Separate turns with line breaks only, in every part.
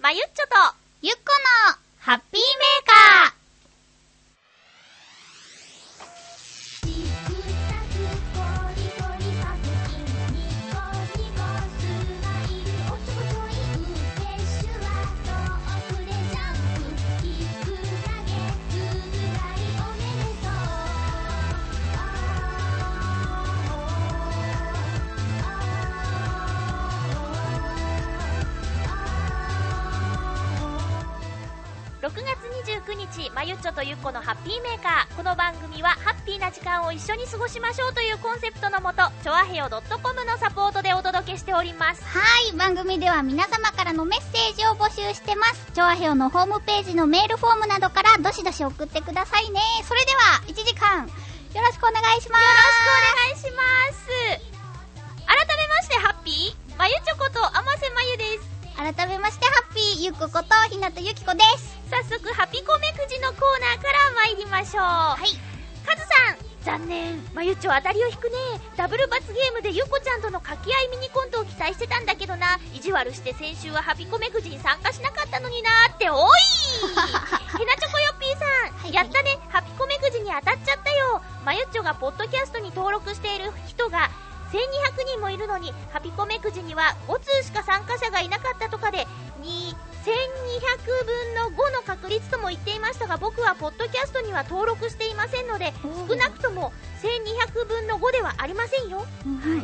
かゆっちょと、
ゆっこのハッピーメーカー
「ちくさくゴリゴリパクキン」「ニコニコスマイル」「おちょこちょいウケシュワと遅れジャンプ」「ひくらげつぐらいおめでとう」「
6月29日、まゆっちょとゆっこのハッピーメーカー。この番組は、ハッピーな時間を一緒に過ごしましょうというコンセプトのもと、ちょあへよ .com のサポートでお届けしております。
はい、番組では皆様からのメッセージを募集してます。調和表のホームページのメールフォームなどからどしどし送ってくださいね。それでは、1時間、よろしくお願いします。
お願いします。改めまして、ハッピーまゆちょこと、あませまゆです。
改めまして、ハッピー、ゆっここと、ひなとゆきこです。
早速ハピコメくじのコーナーから参りましょうはいカズさん残念まゆっちょ当たりを引くねダブル罰ゲームでゆこちゃんとの掛け合いミニコントを期待してたんだけどな意地悪して先週はハピコメくじに参加しなかったのになーっておいヘナチョコヨッピーさん、
はい
やったねハピコメくじに当たっちゃったよまゆっちょがポッドキャストに登録している人が1200人もいるのにハピコメくじには5通しか参加者がいなかったとかでに1200分の5の確率とも言っていましたが僕はポッドキャストには登録していませんので少なくとも1200分の5ではありませんよ
はい。
フクロウ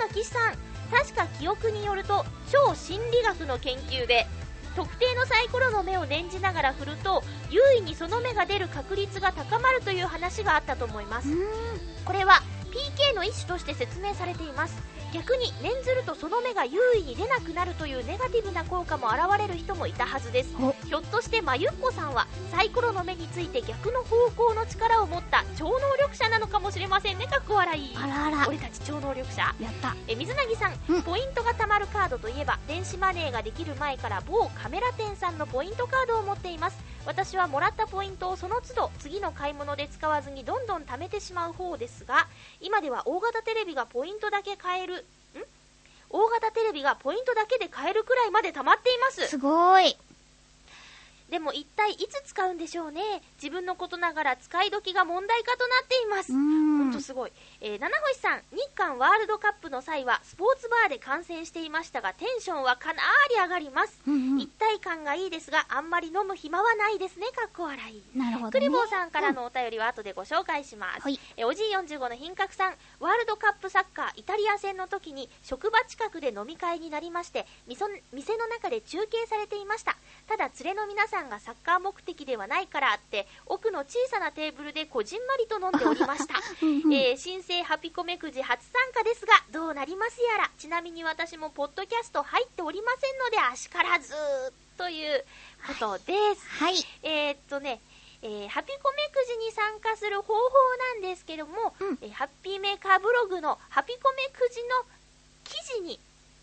の岸さん確か記憶によると超心理学の研究で特定のサイコロの目を念じながら振ると優位にその目が出る確率が高まるという話があったと思います
うーん、
これは PK の一種として説明されています逆に念ずるとその目が優位に出なくなるというネガティブな効果も現れる人もいたはずです
お
ひょっとしてまゆっこさんはサイコロの目について逆の方向の力を持った超能力者なのかもしれませんねかっこ笑い
あらあら、
俺たち超能力者
やった。
え水渚さん、
うん
ポイントが貯まるカードといえば電子マネーができる前から某カメラ店さんのポイントカードを持っています私はもらったポイントをその都度次の買い物で使わずにどんどん貯めてしまう方ですが今では大型テレビがポイントだけ買えるん大型テレビがポイントだけで買えるくらいまで貯まっています
すごーい。
でも一体いつ使うんでしょうね自分のことながら使い時が問題化となっています
うーん
ほんと。すごい、えー七星さん日韓ワールドカップの際はスポーツバーで観戦していましたがテンションはかなり上がります、
うんう
一
ん
体感がいいですがあんまり飲む暇はないですねかっこ笑い
なるほど、ね。
クリボーさんからのお便りは後でご紹介します、
はい
えーおじい45の品格さんワールドカップサッカーイタリア戦の時に職場近くで飲み会になりましてみそ店の中で中継されていましたただ連れの皆さんがサッカー目的ではないからあって奥の小さなテーブルでこじんまりと飲んでおりました
うんうん
えー新生ハピコメくじ初参加ですがどうなりますやらちなみに私もポッドキャスト入っておりませんのであしからずということです、
はい。
えーっとね、えーハピコメくじに参加する方法なんですけども、
うん
えーハッピーメーカーブログのハピコメくじの記事に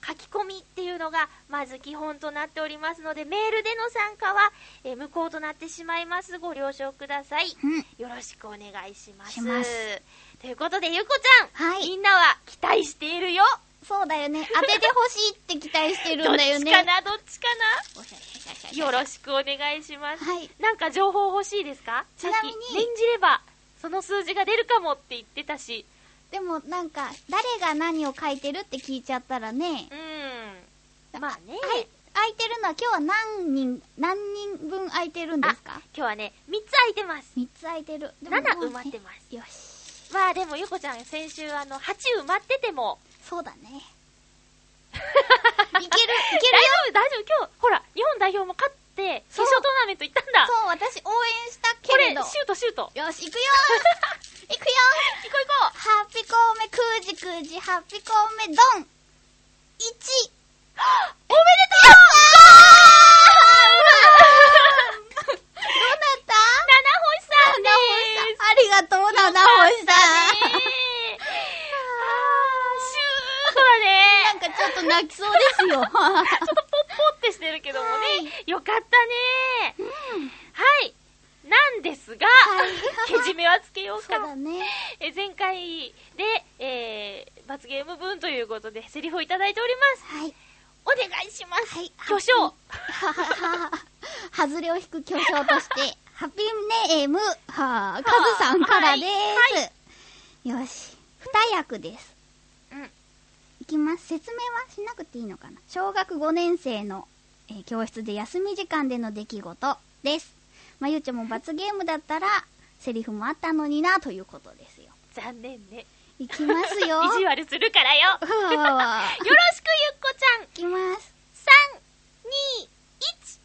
書き込みっていうのがまず基本となっておりますのでメールでの参加は、えー無効となってしまいますご了承ください
うん。
よろしくお願いします
します
ということでゆこちゃん、
はい
みんなは期待しているよ
そうだよね。当ててほしいって期待してるんだよ
どっち
ね。
かなどっち かなよ
よろ
ろしくお願いします
はい。
なんか情報欲しいですか
ちなみに
さっき念じれば、その数字が出るかもって言ってたし。
でもなんか、誰が何を書いてるって聞いちゃったらね、
うん。まあね。
はい、空いてるのは今日は何人、何人分空いてるんですか
今日はね、3つ空いてます。
三つ空いてる。でも
7
もう
埋まってます。
よし。
まあでも、ゆこちゃん、先週、あの、8埋まってても、
そうだね。 いける、いけるよ。
大丈夫、大丈夫。今日、ほら、日本代表も勝って、決
そう
勝トーナメント行ったんだ。
そう、私応援した
こ
け
れ、シ
れど。
ュ
よ
ート、シュート。
し、行くよ行くよ
行こう行こ
ハッピコーメくじくじ、ハッピコーメドン !1! おめでとうどうなった
う七星さんでーす
ありがとう、七星さん。
ねーあー、シュートだねー
なんかちょっと泣きそうです よ。
ちょっとポッポってしてるけどもね、よかったね、はい、なんですが、
はい
けじめはつけよう
そう
か
だ。ね。
え前回で、えー、罰ゲーム分ということで、セリフをいただいております。
はい。
お願いします。
はい。
巨匠
ハッピー ハズレを引く巨匠と して、ハッピーネーム、はあ、カズさんからです。よし。二役です。
うん
いきます。説明はしなくていいのかな小学5年生の、えー教室で休み時間での出来事です。まゆちゃんも罰ゲームだったら、セリフもあったのにな、ということですよ。
残念ね。
いきますよ。
意地悪するからよ。よろしく、
わわわわ
ゆっこちゃん。
いきます。
3、2、1。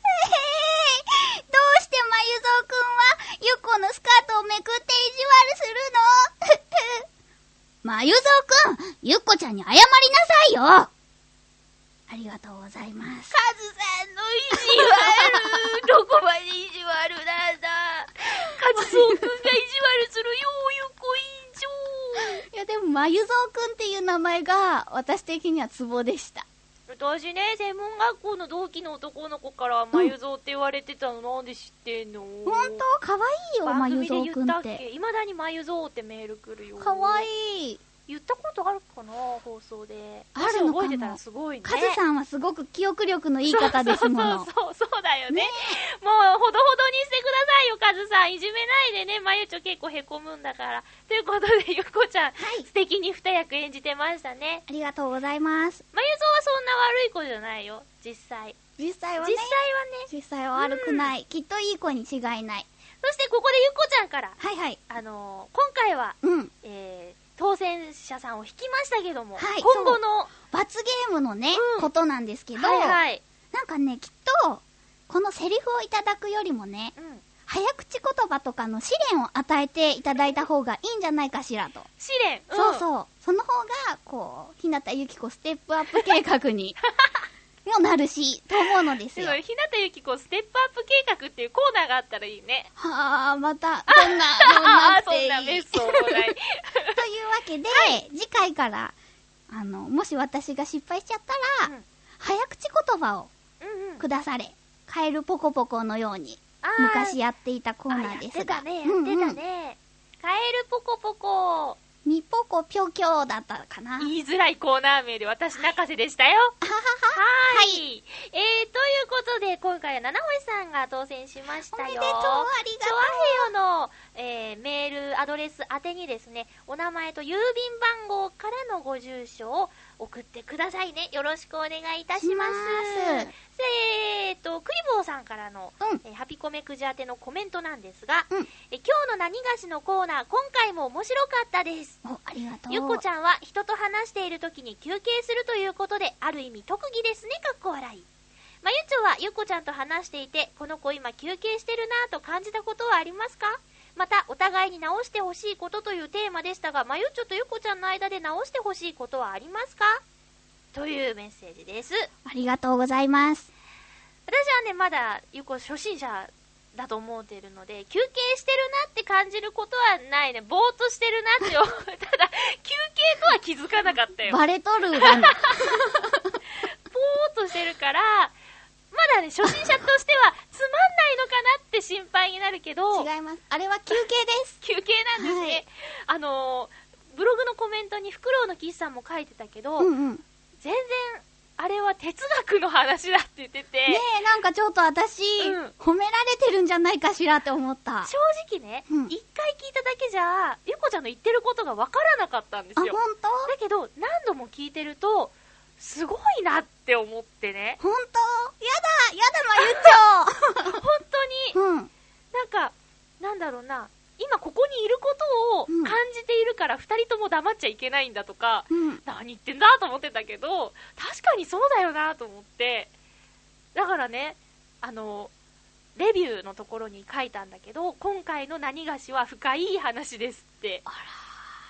えーどうしてまゆぞうくんは、ゆっこのスカートをめくって意地悪するの まゆぞうくん、ゆっこちゃんに謝りなさいよありがとうございます。
カズさんの意地悪。どこまで意地悪なんだ。カズソウくんが意地悪するよ、ゆっこ委員
いやでも、まゆぞうくんっていう名前が、私的にはツボでした。
長。私ね、専門学校の同期の男の子から、まゆぞうって言われてたのなんで知ってんの
ほんとかわいいよ、ま
番組
ゆぞ
で
う
言
く
っ
ん
た
っ
っけ
て。
いまだにまゆぞうってメール来るよ。
かわ
い。
いい。
言ったことあるかな放送で。
あるのかも
もし覚えてたらすごいね。
カズさんはすごく記憶力のいい方です も
そ
の。
うそうそうそうだよね
ね
もうほどほどにしてくださいよカズさんいじめないでねまゆちょ結構へこむんだからということでゆっこちゃん、
はい
素敵に二役演じてましたね
ありがとうございます。
まゆぞはそんな悪い子じゃないよ実際
実
実際
際
は
実
ね
際実際は悪くない、きっといい子に違いない
そしてここでゆっこちゃんから
はいはい
あのー今回は、
うん
えー当選者さんを引きましたけども、
はい
今後の
罰ゲームのね、
うん
ことなんですけど、
はいはい、
なんかねきっとこのセリフをいただくよりもね
うん、
早口言葉とかの試練を与えていただいた方がいいんじゃないかしらと、
試練、ん
そうそうその方がこう日向ゆき子ステップアップ計画に もなるしと思うのです
す
よ
ごい日向ゆき子ステップアップ計画っていうコーナーがあったらいいね
はあま たこんなこん
あ
な
あそんな
く
メ
ていい
ッソもない
というわけで、次回からあのもし私が失敗しちゃったら、
うん
早口言葉を
うんうん
くだされカエルポコポコのように
あー
昔やっていたコーナーですが
あやってたねやってたね、カエルポコポコ
うんうんみぽこぴょきょうだったかな
言いづらいコーナー名で私泣せでしたよ
あはは
は
は
ーい、えー、ということで今回は七星さんが当選しまし
お
た
めで
よ
とうありが
チョアヘヨの、えーメールアドレス宛てにですねお名前と郵便番号からのご住所を送ってくださいねよろしくお願いいたします
します
えーっとクリボーさんからの、
とううん
えーハピコメくじ宛てのコメントなんですが、
うん
えー今日の何がしのコーナー今回も面白かったです
おありがとう
ゆっこち
ゃん
ゃんは人と話している時に休憩するということである意味特技ですねかっこ笑いまゆっちょはゆっこちゃんと話していてこの子今休憩してるなぁと感じたことはありますかまたお互いに直してほしいことというテーマでしたがまゆっちょとゆっこちゃんの間で直してほしいことはありますかというメッセージです
ありがとうございます
私はねまだゆこ初心者だと思っているので休憩してるなって感じることはないねぼーっとしてるなって思う ただ休憩とは気づかなかったよぼーっ
バレとる がな
としてるからまだね初心者としてはつまんないのかなって心配になるけど
違いますあれは休憩です
休憩なんですね、あのーブログのコメントにフクロウの岸さんも書いてたけど、
うんうんね
全然あれは哲学の話だって言ってて、
えなんかちょっと私、
うん
褒められてるんじゃないかしらって思った
正直ね、一、
うん
回聞いただけじゃ、ゆこちゃんの言ってることがわからなかったんです
あ本
よ。
当
だけど、何度も聞いてると、すごいなって思って ね。
本当やだやだまゆっちょ
本 当に、
うん。
なんか、なんだろうな、今ここにいることを
うん
感じているから、二人とも黙っちゃいけないんだとか、
うん。
何言ってんだと思ってたけど、確かにそうだよなと思って、だからね、あの、レビューのところに書いたんだけど、今回の何がしは深い話ですって
あ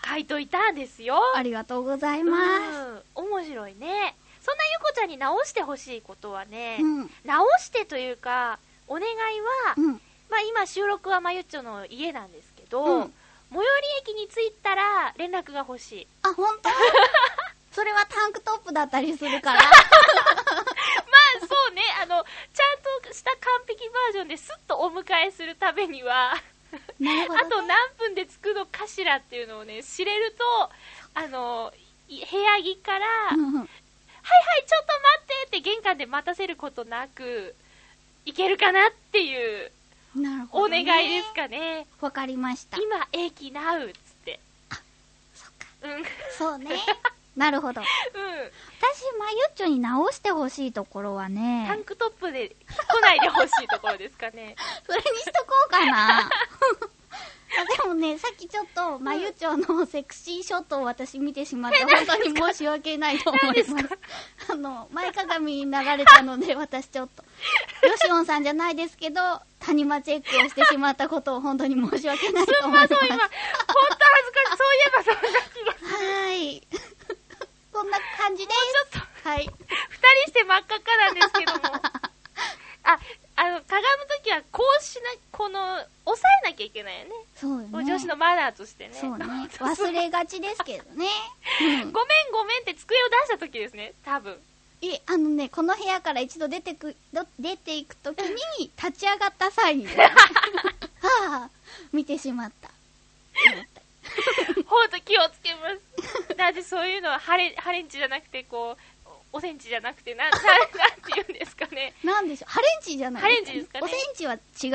書いといたんですよ。
ら。ありがとうございます。
うん、面白いね。そんなゆこちゃんに直してほしいことはね、
うん。
直してというか、お願いは、
うん。
まあ今収録はまゆっちょの家なんですけど、
うん
最寄り駅に着いたら連絡が欲しい。
あ、本 当それはタンクトップだったりするから。
まあ そうね、あの、ちゃんとした完璧バージョンですっとお迎えするためには、
なるほ
あ
ど
と
ね。
何分で着くのかしらっていうのをね、知れると、あの、い部屋着から
うんうん。
はい、ちょっと待ってって玄関で待たせることなく、いけるかなっていう
なる
お
ほど、
願
ね。
いですかね。
わかりました。
今、駅なうっつって。
そっか。
うん。うん。
そ うね。なるほど。私、マユッチョに直してほしいところは
タ
ね
ン、クトップで来ないでほしいところですかね。
それにしとこうかな。あでもね、さっきちょっと、まゆちょのセクシーショットを私見てしまって、本当に申し訳ないと思います。あの、前かがみに流れたの で、私ちょっと、ヨシオンさんじゃないですけど、谷間チェックをしてしまったことを本当に申し訳ないと思います。
今、ほんと
は
恥ずかしい。そういえばそんな気が。
ーい。こんな感じで
ちょっと。
す。はい。
二人して真っ赤っかなんですけど も。あ、あの、かがむときはこうしな、この、抑えなきゃいけないよね。
そうよね。
女子のマナーとしてね。。
そうね
そうそう
忘れがちですけどね。うん
ごめんごめんって机を出したときですね、多 分。
いえ、あのね、この部屋から一度出てく、ど出ていくときに、立ち上がった際 に、ね、はあ、見てしまった。
ほんと気をつけます。だってそういうのはハレ、ハレンチじゃなくて、こう、おおセンチじゃなくて、な、な、 なんて言うんですかね。
なんでしょう、ハレンチじゃない
ハレンチですかね
おセンチは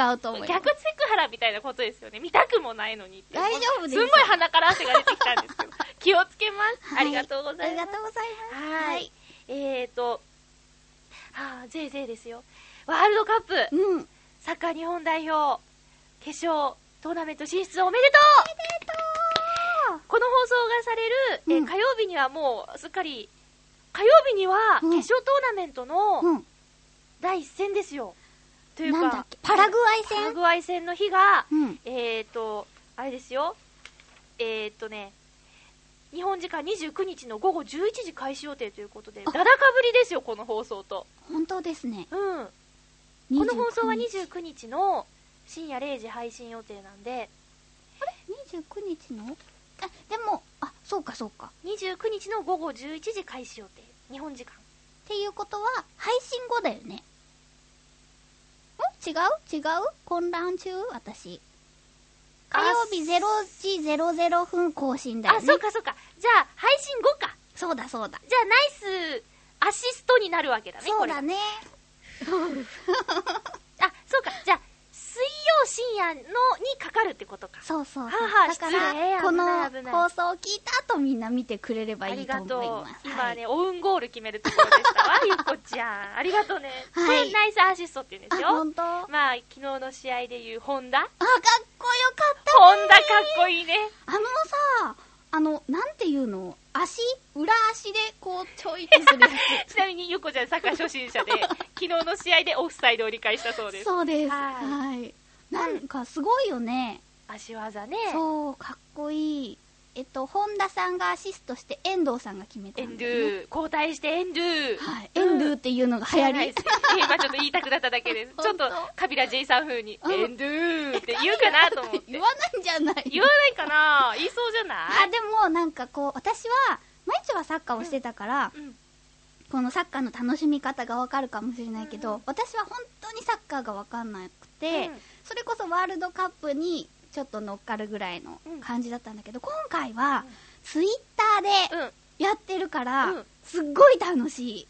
違うと思います。
逆セクハラみたいなことですよね。見たくもないのにって。
大丈夫です
す
よ
んごい鼻から汗が出てきたんですけど。気をつけます。ありがとうございます
ありが。とうございます。
はーい。えーと、はぁ、ぜいぜいですよ。ワールドカップ、
うん。おめで
サッカー日本代表、決勝、トーナメント進出おめでと
と
うこの放送がされる、えー
うん
火曜日にはもう、すっかり、火曜日には、決
うん
勝トーナメント
う
の
うん。
第一戦ですよ。というか、
なんだっけ、パラグアイ
パラ
戦
グアイ戦の日が、
うん。
えーと、あれですよ。えーとね、日本時間29日の午後11時開始予定ということで、
あ
だだかぶりですよ、この放送と。
本当ですね。
うん。この放送は
29
29日の深夜0時配信予定なんで、
29日のあ、でも、あ、そうかそうか。
29日の午後11時開始予定。日本時間。
っていうことは、配信後だよね。ん違う違う混乱中私。火曜日0時00分更新だよね。
あ、そう。かそうか。じゃあ、配信後か。
そうだそうだ。
じゃあ、ナイスアシストになるわけだね、
そうだ
こ
ね。
れ。あ、そうか。じゃあ、水曜深夜のにかかるってことか。
そうそうそう。
はあはあ
だ
失
か
礼
ら、この
危ない危ない
放送を聞いた後みんな見てくれれば
あ
い
り
いと
が
思い
とう。
ます。は
今
い
ね、オウンゴール決めるところでしたわ、ゆっこちゃん。ありがとうね。
はい
これ、ナイスアシストって言うんで
あ、
す
ほ
よ。
んとあ、かっ
まあ、昨日の試合で言う、ホンダ。
こよかった
ホ
ね
ンダかっこいいね。
あのさ、あの、なんていうの足裏足でこうちょいってするや
ちなみにゆうこちゃんサッカー初心 者で、昨日の試合でオフサイドを理解したそうで
つ。
す。
そうです。
はい
はい。なんかすごいよね。
足技ね。
そう、かっこいい。えっと、本田さんがアシストして、遠藤さんが決めた
エン
ん
ド
だ
ゥ
よね。
ー。交代してエンドゥー。
はい。遠藤っていうのが流行
ない
り
で。す。今ちょっと言いたくなっただけです。ちょっと
本当
カビラ J さん風に、
うん
エンドゥーって言うかなと思って。
言わないんじゃない
言わないかな言いそうじゃな
あ、
い
でも、なんかこう、私は、毎日はサッカーをしてたから、
うん。
このサッカーの楽しみ方がわかるかもしれないけ
うん
ど、
うん
私は本当にサッカーがわかんなくて、
うん
それこそワールドカップにちょっと乗っかるぐらいの感じだったんだけど、今回は
うん、
ツイッターで
うん。
やってるから、
うん
すっごい楽しい。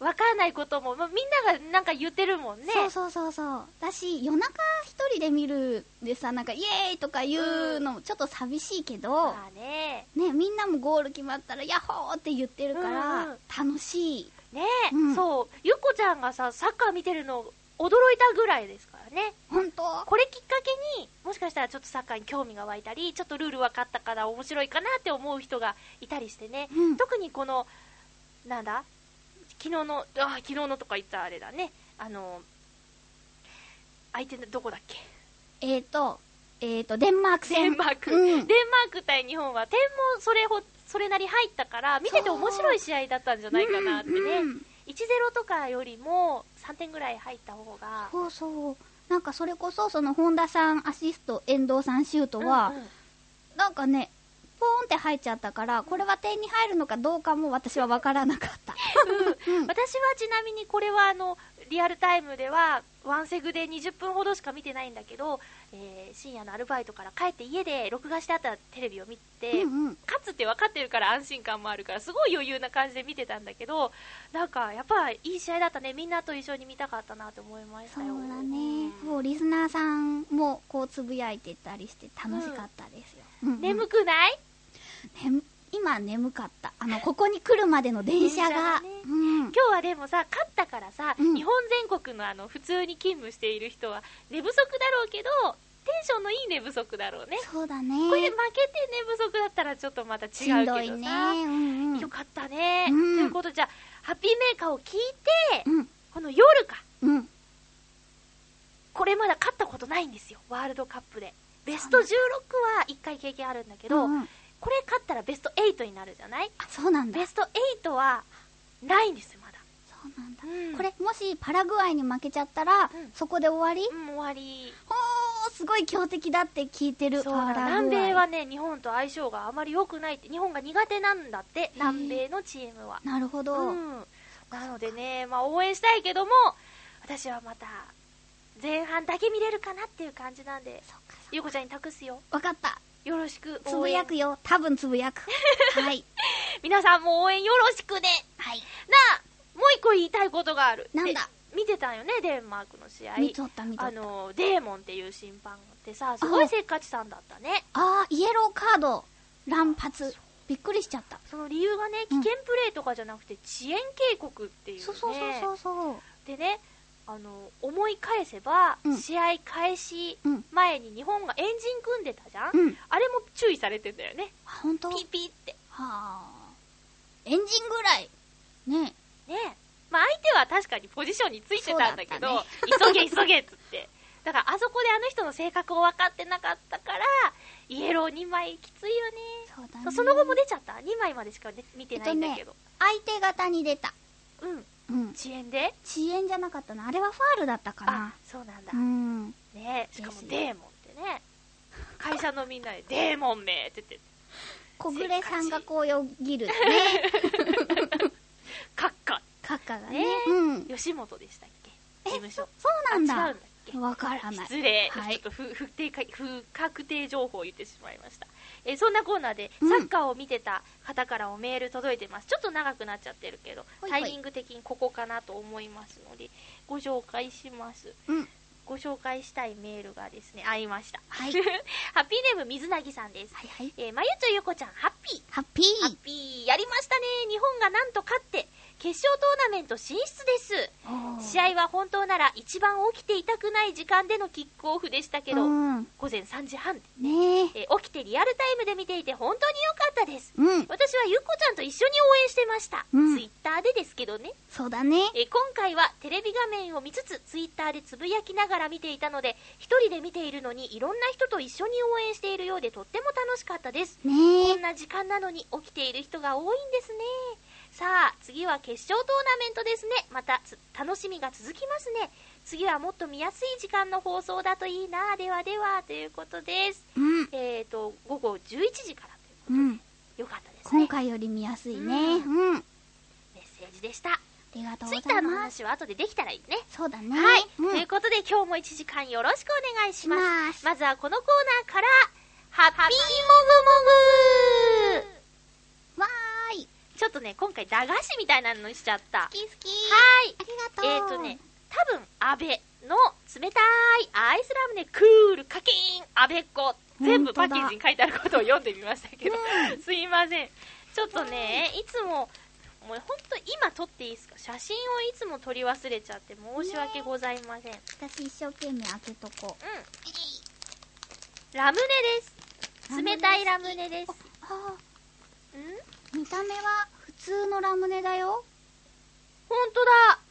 わかんないことも、まあ、みんながなんか言ってるもんね。
そうそうそうそうだし夜中一人で見るでさなんかイエーイとか言うのもちょっと寂しいけど、
まあね。
ねみんなもゴール決まったらヤッホーって言ってるか
うんう
ら
ん
楽しい、
ね、
うん
そう。ゆっこちゃんがさ、サッカー見てるの驚いたぐらいですからね。
本当
これきっかけにもしかしたらちょっとサッカーに興味が湧いたりちょっとルール分かったから面白いかなって思う人がいたりしてね、
うん
特にこのなんだ昨日のあー昨日のとか言ったらあれだねあの相手のどこだっけ
えっ、ー、とえっ、ー、とデンマーク
デ
戦
ンマーク、
うん
デンマーク対日本は点もそれほそれなり入ったから見てて面白い試合だったんじゃないかなってね、
うんうん
1-0とかよりも3点ぐらい入った方が
そうそうなんかそれこそその本田さんアシスト遠藤さんシュートは、
うんうん
なんかねポーンって入っちゃったからこれは点に入るのかどうかも私は分からなかった
うん私はちなみにこれはあのリアルタイムではワンセグで20分ほどしか見てないんだけど、えー深夜のアルバイトから帰って家で録画してあったテレビを見て、
うんうん。
かつって分かってるから安心感もあるからすごい余裕な感じで見てたんだけどなんかやっぱいい試合だったねみんなと一緒に見たかったなと思いまし
そ
た
う
よ
だね。もうリスナーさんもこうつぶやいてたりして楽しかったですよ。うんうん
眠くない
眠今眠かった。あの、ここに来るまでの電車が。
電車がね
うん。
今日はでもさ勝ったからさ、
うん
日本全国のあの普通に勤務している人は寝不足だろうけどテンションのいい寝不足だろうね
そうだね。
これで負けて寝不足だったらちょっとまた違うけ
しん
ど
ど
さ
いね。うんうん。
よかったね、
うん
ということでじゃあハッピーメーカーを聞いて
うん。
この夜か
うん。
これまだ勝ったことないんですよワールドカップでベスト16は1回経験あるんだけど、
うんうん
これ勝ったらベスト8になるじゃない
あ、そうなんだ。
ベスト8はないんですよまだ、
そうなんだ。
うん
これ、もしパラグアイに負けちゃったら、
ん
そこで終わり
うん終わり
ほー、すごい強敵だって聞いてる。
そうだ
パラグアイ
南米はね日本と相性があまり良くないって日本が苦手なんだって南米のチームは
なるほど。
うんなのでね、まあ、応援したいけども私はまた前半だけ見れるかなっていう感じなんで
そっかそっ
ゆうこちゃんに託すよ
かわかった。
よろしく
つ
応
ぶ
援
やくよ。多分つぶやく。 はい。
皆さんも応援よろしくね
はい。
なあもう一個言いたいことがある
なんだ
で見てたんよねデンマークの試合
見とった見とっ
あ
た。
のデーモンっていう審判ってさすごいせっかちさんだったね
あー、イエローカード。乱発。びっくりしちゃった。
その理由がね危
うん
険プレーとかじゃなくて遅延警告っていうね
そうそうそうそうそう。
でねあの思い返せば、
うん
試合開始
うん
前に日本がエンジン組んでたじゃん、
うん。
あれも注意されてんだよね
あ、ほんとは
ピーピーって
あ。エンジンぐらい。ね
ねまあ相手は確かにポジションについてたんだけ
そうだ
ど急げ急げっつってだからあそこであの人の性格を分かってなかったからイエロー2枚きついよね
え。そうだ
そ
ね。
その後も出ちゃった2枚までしか出見てないんだけど、
相手方に出た。
うん
うん。
遅延で
遅延じゃなかったな。あれはファールだったか
あ
な。
そうなんだ、
うん。
ねしかも
ですよ
デーモンってね会社のみんなでデーモンめって言って
小暮さんがこうよぎるね。
カッカ
カッカが
ね
ね。うん。
吉本でしたっけ事務所
そうなん
あ違
だ
うん。だっけ
わからない。
失礼、
はい
ちょっと不不定か不確定情報を言ってしまいました、えーそんなコーナーでサ
うん
ッカーを見てた方からおメール届いてます、ちょっと長くなっちゃってるけど
ほい
タ
ほい
イミング的にここかなと思いますのでご紹介します
うん。
ご紹介したいメールがですねありました
はい。
ハッピーネーム水なぎさんです、
はいはい。
えー、まゆちょゆこちゃんハッピー
ハッピ
ハッ
ー。
ピーやりましたね日本がなんと勝って決勝トーナメント進出です
おー
試合は本当なら一番起きていたくない時間でのキックオフでしたけど、
うん。
午前3時半、
ねえ。
えー起きてリアルタイムで見ていて本当に良かったです
うん。
私はゆっこちゃんと一緒に応援してました、
うん
ツイッターでですけどね、
そうだね。
えー今回はテレビ画面を見つつツイッターでつぶやきながら見ていたので一人で見ているのにいろんな人と一緒に応援しているようでとっても楽しかったです
ね
こ
え
ん。な時間なのに起きている人が多いんですね。さあ、次は決勝トーナメントですね。またつ楽しみが続きますね。次はもっと見やすい時間の放送だといいな。ではでは、ということです。
うん。
えっ、と、午後11時から
うん。
ということで、よかったですね
今。回より見やすいね。
う
うん。あ
メッセージでした。
りがとう
ツイ
ご
ッタ
ざ
ー
い
の
ます。
話は後でできたらいいね。
そうだね。
はい、
うん
ということで、今日も1時間よろしくお願いします。
ます
まずはこのコーナーから、ハッピーモグモグ
わーい。
ちょっとね、今回駄菓子みたいなのにしちゃった。
好き好き。
はい。
あり
えっ、
がと
と
う。
ね、、多分安倍の冷たいアイスラムネクール課金安倍っ子。全部パ
本当だ
ッケージに書いてあることを読んでみましたけど、
う
すいません。ちょっとね、いつも、もう本当今撮っていいですか写真をいつも撮り忘れちゃって申し訳ございません。うん。
私一生懸命開けとこう。
ラムネです。冷たいラムネです。
あ
うん
ー見た目は普通のラムネだよ。
本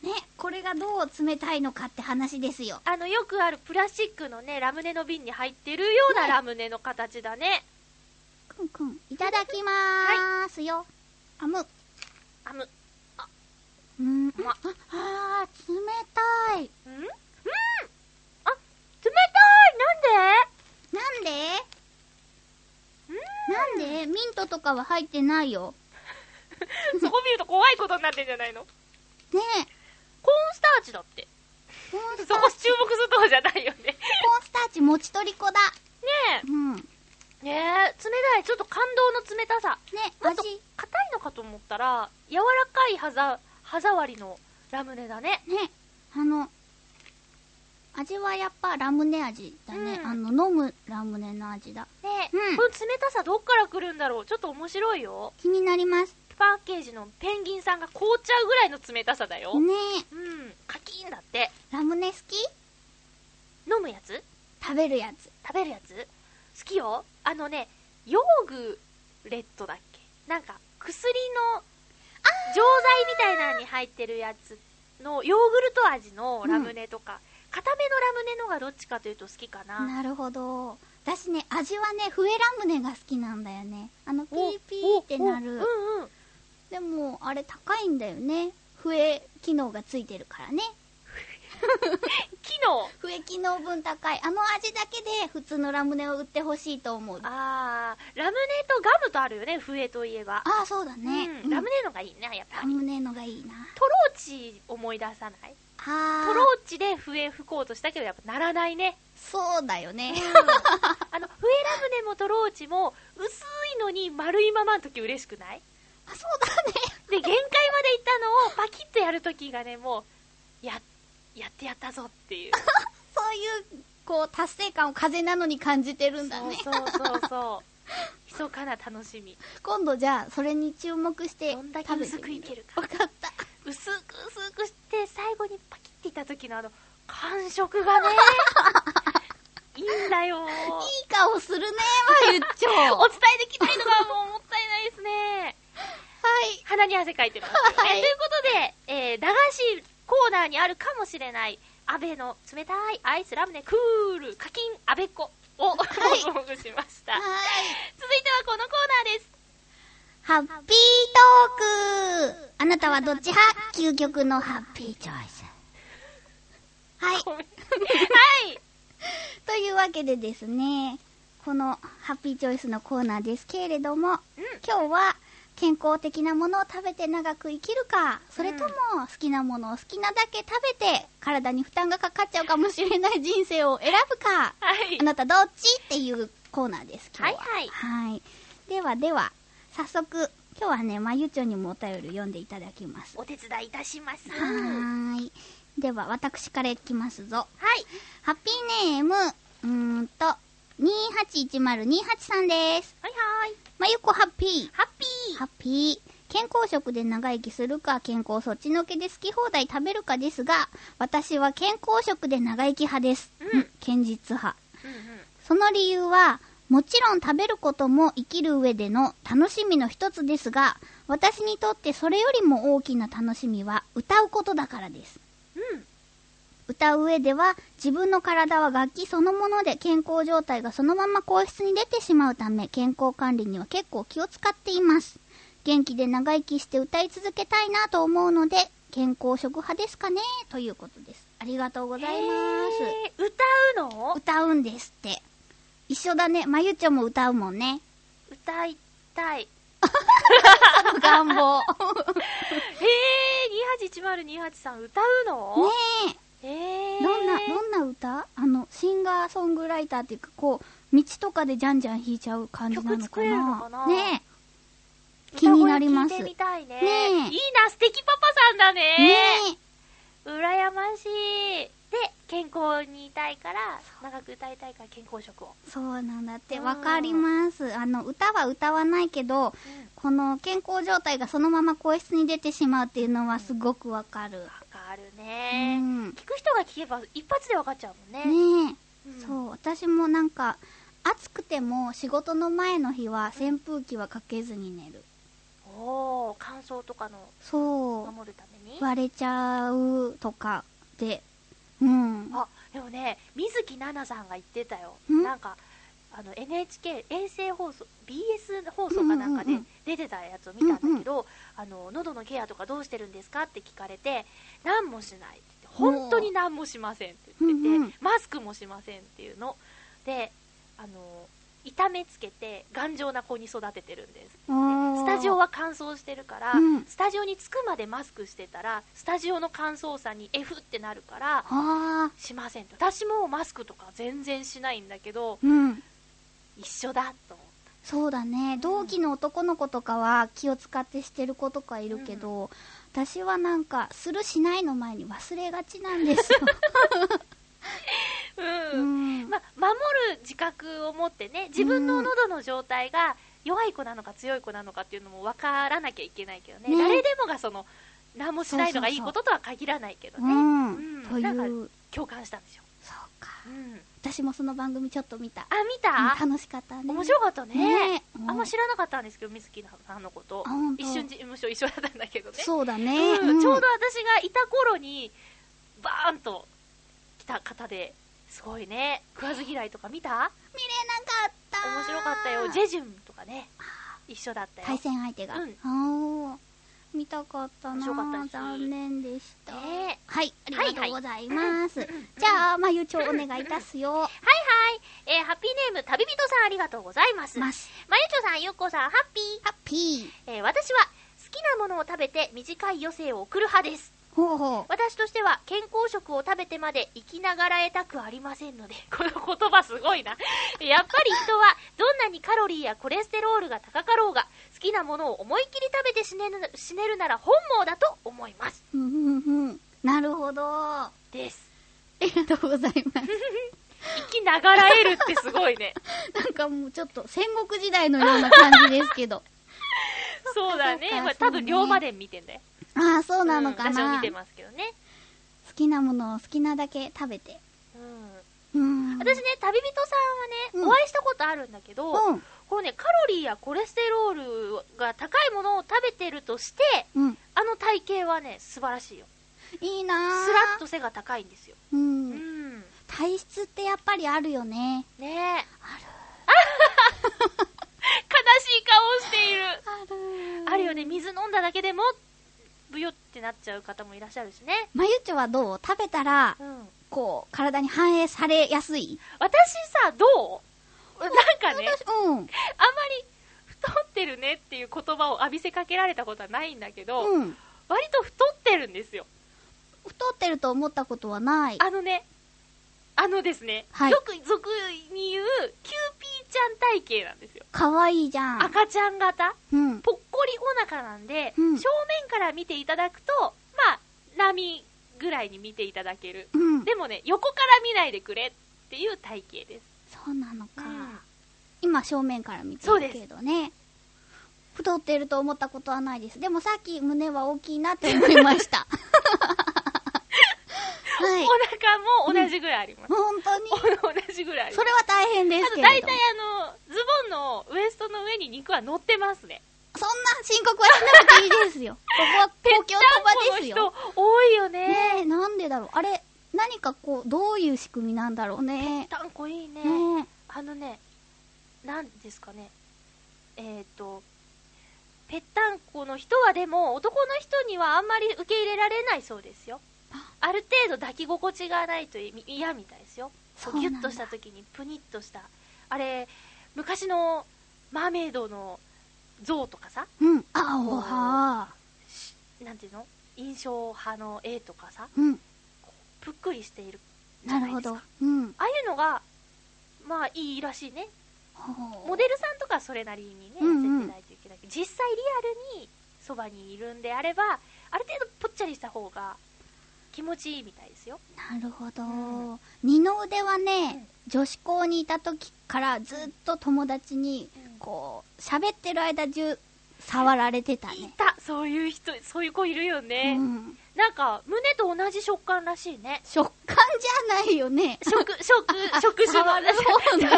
当だ。
ね、これがどう冷たいのかって話ですよ。
あの、よくあるプラスチックのね、ラムネの瓶に入ってるような
ね
ラムネの形だね。
くんくん。いただきまーすよ。あむ。
あむ、
うん。
ま
あ、あー、冷たい。
うんうんあ、冷たいなんで
なんで
う
なんでミントとかは入ってないよ。
んそこ見ると怖いことになってんじゃないの
ねえ。
コーンスターチだって。
コーンス
そ
ター
こ
チ、
注目するとこじゃないよね。ね
コーンスターチ、もちとりこだ。
え。
うん。ね、
ねえ、冷たい。ちょっと感動の冷たさ。もっ
味
と。硬いのかと思ったら、柔らかい歯ざ、歯触りのラムネだね。
ね、あの、味はやっぱラムネ味だね。
うん
あの、飲むラムネの味だ。
ねえ、
うん
この冷たさどっから来るんだろうちょっと面白いよ。
気になります。
パッケージのペンギンさんが凍っちゃうぐらいの冷たさだよ。
ね
うん、カキーンだって。
え、ラムネ好き
飲むやつ
食べるやつ。
食べるやつ好きよ。あのね、ヨーグレットだっけなんか、薬の錠剤みたいなのに入ってるやつの、ヨーグルト味のラムネとか、固めのラムネのがどっちかというと好きかな。
なるほど。私ね、味はね、笛ラムネが好きなんだよね。あの、ピ
お
ーピーってな
お
る
お。うんうん。
でも、あれ高いんだよね。笛機能がついてるからね。
機能
笛機能分高い。あの味だけで普通のラムネを売ってほしいと思う。あ
あー、ラムネとガムとあるよね、笛といえば。
あ、そうだね。
う、
うんん
ラムネのがいいね、やっぱ
ラ
り。
ムネのがいいな。
トローチ思い出さない
あ
トロ
あ、
ーチで笛吹こうとしたけど、やっぱならないね。
そうだよ
あ
ね。
の、笛ラムネもトローチも、薄いのに丸いままの時嬉しくない
あそうだね。
で、限界まで行ったのをパキッとやる時がね、もう、や、やってやったぞっていう。
そういう、こう、達成感を風なのに感じてるんだ
そう
ね。
そうそうそう。密かな楽しみ。
今度じゃあ、それに注目して
どんだけ
食べて
薄く
み
い
る。
けるか
わ。かった。
薄く薄くして、最後にパキッていった時のあの、感触 がね、いいんだよ。
いい顔するね、まゆっちょ。
お
は
伝えできないのがもうもったいないですね。
い。
鼻に汗かいてますよね。
はい
ということで、えー、駄菓子コーナーにあるかもしれない、安倍の冷たいアイスラムネクール課金安倍っ子を、 お送りしました。
はい
続いては。このコーナーです。
ハッピートークあなたはどっち派究極のハッピーチョイス。はい。
ごめんはい。
というわけでですね、このハッピーチョイスのコーナーですけれども、
うん
今日は健康的なものを食べて長く生きるか、それとも好きなものを好きなだけ食べて体に負担がかかっちゃうかもしれない人生を選ぶか、
はい
あ。なたどっちっていうコーナーです、今日は。
はい
はいではでは、早速、今日はね、まゆちょにもお便り読んでいただきます。
お手伝いいたします。
はーい。では、私からいきますぞ。
はい。
ハッピーネーム、うーんと、281028さんです。
はいはい。
まゆこハッピー。
ハッピー。
ハッピー。健康食で長生きするか、健康そっちのけで好き放題食べるかですが、私は健康食で長生き派です。
うん
堅実派。
うん
その理由は、もちろん食べることも生きる上での楽しみの一つですが、私にとってそれよりも大きな楽しみは歌うことだからです。
うん。うん。
歌う上では自分の体は楽器そのもので健康状態がそのまま皇室に出てしまうため健康管理には結構気を使っています元気で長生きして歌い続けたいなと思うので健康食派ですかねということですありがとうございます
へー歌うの
歌うんですって一緒だねまゆちょも歌うもんね
歌いたい。
願望ね
へー、281028さん歌うの
え
えー、
どんなどんな歌あのシンガーソングライターっていうかこう道とかでじゃんじゃん弾いちゃう感じなのかな
曲作れるのかな
ねえ
歌声
気になりま
聞
す
いてみたいね。
ねえ
いいな、素敵パパさんだね。
ね
羨ましい。で、健康にいたいから、長く歌いたいから健康食を。
えそうなんだって
うん
わかりますあの歌は歌わないけどこの健康状態がそのまま皇室に出てしまうっていうのはすごくわかる
わかる
う
ね、
んね
聞く人が聞けば一発でわかっちゃうもん
え
ね。ん
そう私もなんか暑くても仕事の前の日は扇風機はかけずに寝る
おー、乾燥とかの
そう
守るために。
割れちゃうとかでうん
あ、でもね、水木奈々さんが言ってたよ。
ん
なんか、あの NHK 衛星放送 BS 放送かなんか
うん
で
うんうん
出てたやつを見たんだけど、あの喉のケアとかどうしてるんですかって聞かれて何もしないって言って本当に何もしませんって言ってて、
うんうん
マスクもしませんっていうのであの痛めつけて頑丈な子に育ててるんです
お
スタジオは乾燥してるから、
うん
スタジオに着くまでマスクしてたらスタジオの乾燥さに F ってなるから
ああ、
しませんと私もマスクとか全然しないんだけど
うん。
一緒だと思って
そうだね。同期の男の子とかは気を使ってしてる子とかいるけど、私はなんか、するしないの前に忘れがちなんですよ。
う、
うんん。
まあ、守る自覚を持ってね自分の喉の状態が弱い子なのか強い子なのかっていうのも分からなきゃいけないけどね
ね
誰でもがその何もしないのがいいこととは限らないけどね
うん。
うん
とい
なんか
う、
共感したんでしょ、
そうか。
うん、
私もその番組ちょっと見た。
あ見た、
うん楽しかったね。
面白かったね
ねえ
あんま知らなかったんですけど水木さんのこと
あ本当
一瞬事 務所一緒だったんだけどね
そうだね。
うん
うん
ちょうど私がいた頃にバーンと来た方ですごいね食わず嫌いとか見た
見れなかった。
面白かったよジェジュンとかね一緒だったよ
対戦相手が。
うん
あー見たかった
面
な
白かったです
残念でした。
ね
はい、ありがとうございます。
はいはい
じゃあ、まゆちょお願いいたすよ。
はいはい、えーハッピーネーム旅人さんありがとうござい ますま
ま
ゆち
す。
ょさんゆっこさんハッピー、
ハッピー。
えー私は好きなものを食べて短い余生を送る派です
ほうほ
私としては健康食を食べてまで生きながら得たくありませんので この言葉すごいなやっぱり人はどんなにカロリーやコレステロールが高かろうが好きなものを思いっきり食べて死ねる死ねるなら本望だと思います
う。うんうんうん。なるほど。あ
です
りがとうござい ます。
生きながら得るってすごい ね
なんかもうちょっと戦国時代のような感じです けど。
そうだ
そう
ね、
か
まあ、
そ
多
うね
分龍馬伝見てんだよ
ああ、そうなのか
うん私も
な、
見て
好
ますけどね、
きなものを好きなだけ食べて。
うん、
うん。
私ね旅人さんはね、
うん
お会いしたことあるんだけど、
うん。
このねカロリーやコレステロールが高いものを食べてるとして
うん。
あの体型はね素晴らしいよ
いいなー
スラッと背が高いんですよ
う。
うんんね
体質ってやっぱりあるよね。
え悲 しい顔をしている
ある
あるよね水飲んだだけでもブヨってなっちゃう方もいらっしゃるしね
まゆちょはどう食べたら、
うん
こう、体に反映されやすい
私さどうなんかね
私うん。
あんまり太ってるねっていう言葉を浴びせかけられたことはないんだけど、
うん。
割と太ってるんですよ
太ってると思ったことはない。
あのね、あのですね、
はい
よく俗に言う、キューピーちゃん体型なんですよ。
かわいいじゃん。
赤ちゃん型
うん。
ぽっこりお腹なんで、
うん
正面から見ていただくと、まあ、波ぐらいに見ていただける。
うん。
でもね、横から見ないでくれっていう体型です。
そうなのか。
うん
今、正面から見てるけどね。太ってると思ったことはないです。でもさっき胸は大きいなって思い ました。はい。
お腹も同じぐらいあります。
本当に。
同じぐらいあり
そ
ます。
れは大変で
あ
す
と
けれども。
大体あの、ズボンのウエストの上に肉は乗ってますね。
そんな申告はしなくていいです よ。ここは公共の場です
ちゃん
よ。
この人多いよね。
ねえ、なんでだろう。あれ、何かこう、どういう仕組みなんだろうね。
たんこいいね。
ね
あのね、なんですかね、えっ、と、ぺったんこの人はでも、男の人にはあんまり受け入れられないそうですよ。ある程度抱き心地がないといみ嫌みたいですよ。こうギュッとした時にプニッとした。あれ、昔のマーメイドの像とかさ、
うん。あおは
しなんていうの印象派の絵とかさ、
うん。
ぷっくりしているじゃな
なる
いで
ほ
すか。
ど。うん。
ああいうのが、まあいいらしいね。モ
モ
デルさんとかはそれなりにね、
うん
や
うん
ってないといけないけど、実際リアルにそばにいるんであれば、ある程度ぽっちゃりした方が気持ちいいみたいですよ。
なるほど
う。
二の腕はね、女子校にいた時からずっと友達に、こう、喋ってる間中、触られてた
い
ね。
た、そういう人、そういう子いるよね。
うん。
なんか、胸と同じ食感らしい ね。
食感じゃないよね。
食、食、食事の。
触
食べない
る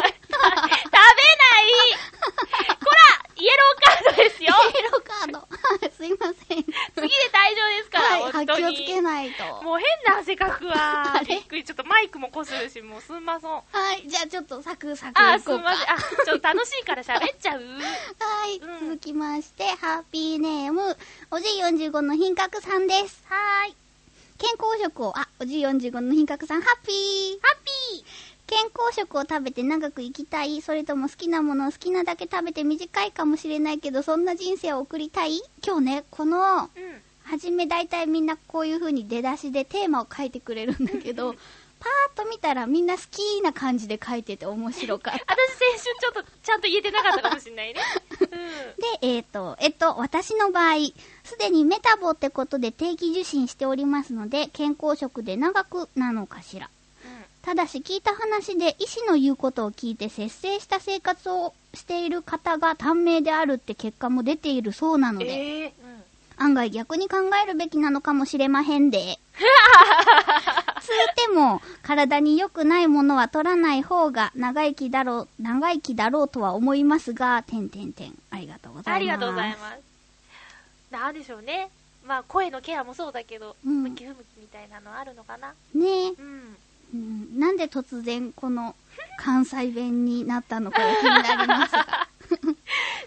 方ね。
こらイエローカード ですよ
イエローカード。 はいすいません。
次で退場ですから、
はい、
本
は
当
気を
に。
つけないと。
もう変な汗かくわ
あ。れ
びっくり。ちょっとマイクもこするし、もうすんまそん。
はい、じゃあちょっとサクサク
あ、
い
す
こうんか。
ません。あ、ちょっと楽しいから喋っちゃう。
はい、
うん
続きまして、ハッピーネーム、おじい45の品格さんです。
はーい。
健康食を、あ、おじい45の品格さん、ハッピー。
ハッピー
健康食を食べて長く生きたいそれとも好きなものを好きなだけ食べて短いかもしれないけどそんな人生を送りたい今日ねこの
うん
初め大体みんなこういう風に出だしでテーマを書いてくれるんだけど パーッと見たらみんな好きな感じで書いてて面白かった
私先週ちょっとちゃんと言えてなかったかもしれないね。うん。
で、えっ、と、えっと、私の場合、すでにメタボってことで定期受診しておりますので、健康食で長くなのかしら。ただし、聞いた話で、医師の言うことを聞いて節制した生活をしている方が短命であるって結果も出ているそうなので、
ええ
案外逆に考えるべきなのかもしれまへんで。つうても、体に良くないものは取らない方が長生きだろう、長生きだろうとは思いますが、てんてんてん。ありがとうございます。
ありがとうございます。なんでしょうね。まあ声のケアもそうだけど、
うん
ムキムキみたいなのあるのかな。
す。ねえ、
うん。
うん、なんで突然 この関西弁になったのかが気になりますが。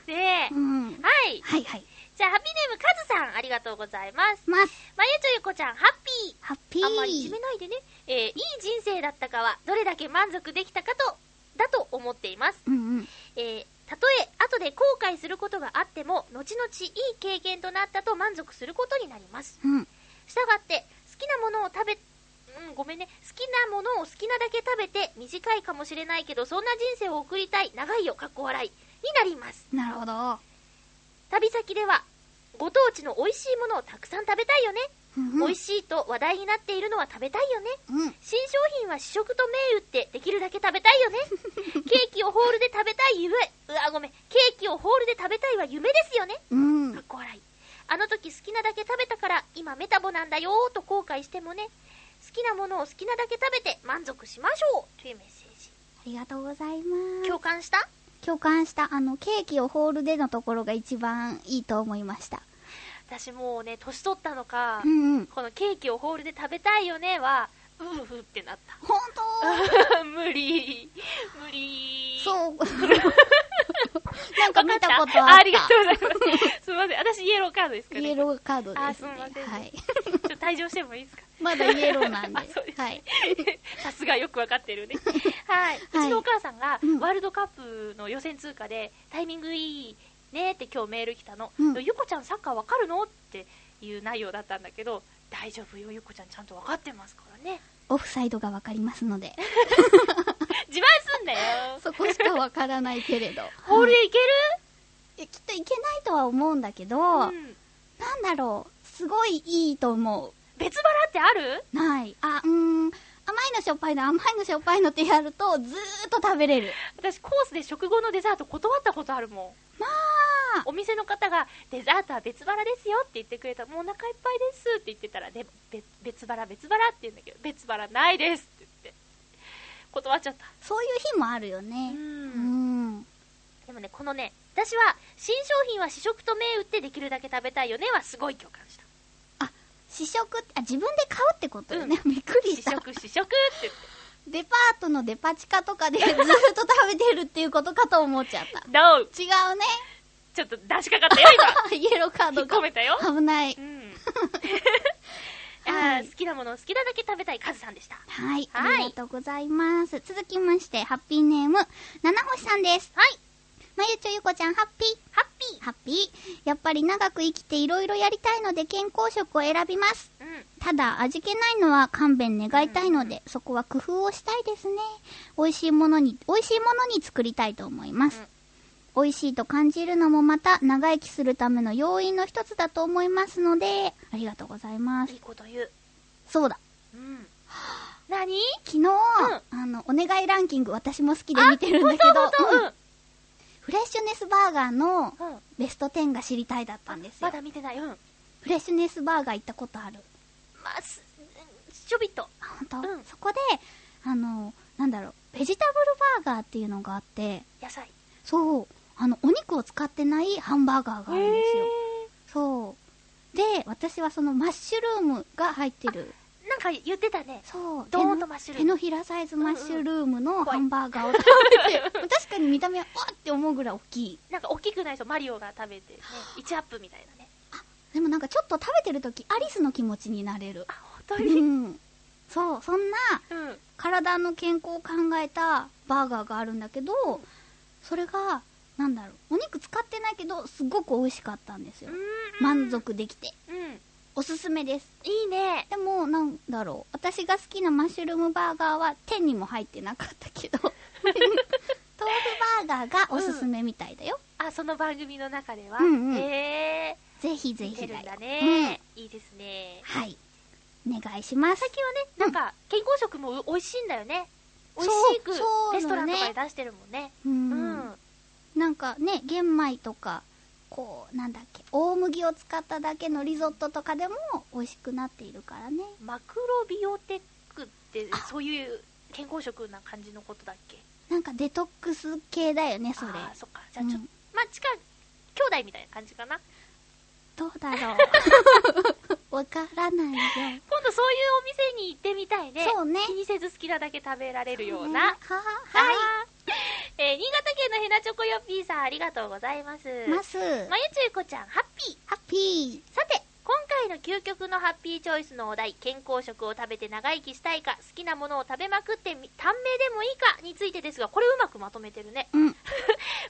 で、
うん。はい
はい。
はい。
じゃあハッピーネームカズさんありがとうございます。
ます。
まゆちょゆこちゃんハッピー。
ハッピー。
あんまりいじめないでね、えーいい人生だったかはどれだけ満足できたかとだと思っています、
うんうん。
えーたとえ後で後悔することがあっても後々いい経験となったと満足することになります
うん。
したがって好きなものを食べうん、ごめんね好きなものを好きなだけ食べて短いかもしれないけどそんな人生を送りたい長いよかっこ笑いになります
なるほど。
旅先ではご当地の美味しいものをたくさん食べたいよね、
うん
美味しいと話題になっているのは食べたいよね
うん。
新商品は試食と銘打ってできるだけ食べたいよ ねケーキをホールで食べたい夢うわごめんケーキをホールで食べたいは夢ですよね
うん。
かっこ笑いあの時好きなだけ食べたから今メタボなんだよーと後悔してもね好きなものを好きなだけ食べて満足しましょうというメッセージ
ありがとうございます。
共感した
共感した、あの、ケーキをホールでのところが一番いいと思いました。
私もうね年取ったのか、
うんうん。
このケーキをホールで食べたいよねはうーふってなっ
本
た 無理無理
当 そう。なんか見たことあった。
ありがとうございます。すみません。私、イエローカードですかね。
イエローカードです、ね。
あすいません
はい。
ちょっと退場してもいいですか
まだイエローなんで。
あそうです
はい。
さすがよくわかって るね。はい。うちのお母さんが
うん、
ワールドカップの予選通過で、タイミングいいねって今日メール来たの。
うん
ゆこちゃんサッカーわかるのっていう内容だったんだけど、大丈夫よ、ゆこちゃんちゃんとわかってますから ね。
オフサイドがわかりますので。
自慢すんだよ。
そこしかわからないけ れど。
ホール
はい
でいけ
えきっといけないとは思うんだけど、
る、
な
うんん、
だろう。すごいいいと思
別腹ってある
う。ない。あ、うーん。甘いのしょっぱいの、甘いのしょっぱいのってやると、ずーっと食べれる。
私コースで食後のデザート断ったことあるもん
まあ
お店の方がデザートは別腹ですよって言ってくれたもうお腹いっぱいですって言ってたらで別別腹別腹って言うんだけど別腹ないですって言って断っちゃった
そういう日もあるよ
う
ね。うんん。
でもねこのね私は新商品は試食と銘打ってできるだけ食べたいよねはすごい共感した
試食って、あ、自分で買うってことよね。びっくり
試
した。
食試食って言って
デパートのデパ地下とかでずーっと食べてるっていうことかと思っちゃった。
NO
違うね。
ちょっと出しかかったよ今
イエローカー
引
ド
っ込
が
めたよ
危ない。
うん
は
あ
い
ー好きなものを好きなだけ食べたいカズさんでした
はい、
はい
ありがとうございます。続きまして、ハッピーネーム、七星さんです。
はい
まゆちょゆこちゃん、ハッピー。ハッピー。ハッピー。やっぱり長く生きていろいろやりたいので健康食を選びます。
うん
ただ、味気ないのは勘弁願いたいので、そこは工夫をしたいですね。美味しいものに、美味しいものに作りたいと思います。美味しいと感じるのもまた長生きするための要因の一つだと思いますので、ありがとうございます
いい。こと言う
そうだ。
うん何
昨日、あの、お願いランキング私も好きで見てるんだけ
ほん
ど、
とほんと
うんフレッシュネスバーガーの
うんうん
ベスト10が知りたいだったんですよ
ま。だ見てないうん
フレッシュネスバーガー行ったことある。
まあすちょびっと
あ、本当、
うん
そこで、あの、なんだろう、ベジタブルバーガーっていうのがあって、
野菜
そう、あの、お肉を使ってないハンバーガーがあるんですよ。そう。で、私はそのマッシュルームが入ってる。
なんか言ってたね
そう。
ドーン
手の
とマッシュルー
手
ム
のひらサイズマッシュルームのハンバーガーを食べて、 確かに見た目は、わーって思うぐらい大きい。
なんか大きくない人マリオが食べてね1アップみたいなね
でもなんかちょっと食べてるとき、アリスの気持ちになれる
あ。本当
う
にうん
ん。そう、そんな、体の健康を考えたバーガーがあるんだけど、それが、なんだろう、お肉使ってないけど、すごく美味しかったんですよ。満足できて。
うん
おすすめです。
いいね
でも、なんだろう、私が好きなマッシュルームバーガーは、手にも入ってなかった けど、豆腐バーガーがおすすめみたいだよ。
あその番組の中では、
うんうん
へえ
ぜひぜ
見て
ひだ
る
よ
んだね、いいですね
うん。はい。お願いします。
最近はね
うん
なんか健康食も美味しいんだよね美味しく
そうそう
レストランとかで出してるもんね
う。
うんん
なんかね、玄米とか、こう、なんだっけ、大麦を使っただけのリゾットとかでも美味しくなっているからね。
マクロビオテックってそういう健康食な感じのことだっけ
なんかデトックス系だよね、それ。
あーそっかじゃあちょっと、
うん
まあ近い兄弟みたいな感じかな
どうだろ う。わからないよ。
今度そういうお店に行ってみたいね
そうね
気にせず好きなだけ食べられるような、
ねは
はい
は、
えー新潟県のヘナチョコヨッピーさんありがとうございます
い。ます。
まゆちゅうこちゃんハッピー
ハッピ
さて今回の究極のハッピーチョイスのお題健康食を食べて長生きしたいか好きなものを食べまくってみ短命でもいいかについてですがこれうまくまとめてるね
ー。うん。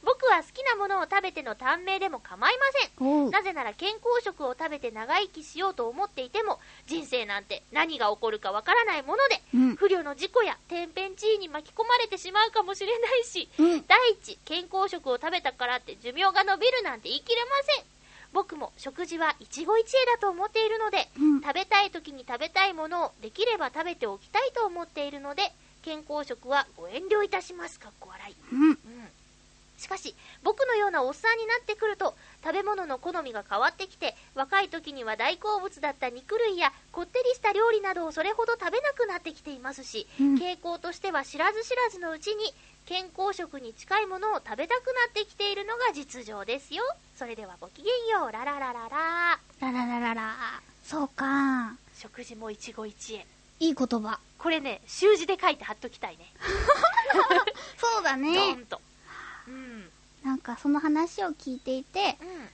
僕は好きなものを食べての短命でも構いません
おう。
なぜなら健康食を食べて長生きしようと思っていても人生なんて何が起こるかわからないもので
うん。
不慮の事故や天変地異に巻き込まれてしまうかもしれないし
うん。
第一健康食を食べたからって寿命が延びるなんて言い切れません僕も食事は一期一会だと思っているので
うん。
食べたい時に食べたいものをできれば食べておきたいと思っているので健康食はご遠慮いたしますかっこ笑い
うん。
うんしかし僕のようなおっさんになってくると食べ物の好みが変わってきて若い時には大好物だった肉類やこってりした料理などをそれほど食べなくなってきていますし、
うん
傾向としては知らず知らずのうちに健康食に近いものを食べたくなってきているのが実情ですよそれではごきげんようラララララ
ラララララ。そうか。
食事も一期一会
いい言葉。
これね習字で書いて貼っときたいね
そうだ
ドー。ンとうん
なんかその話を聞いていて、
うん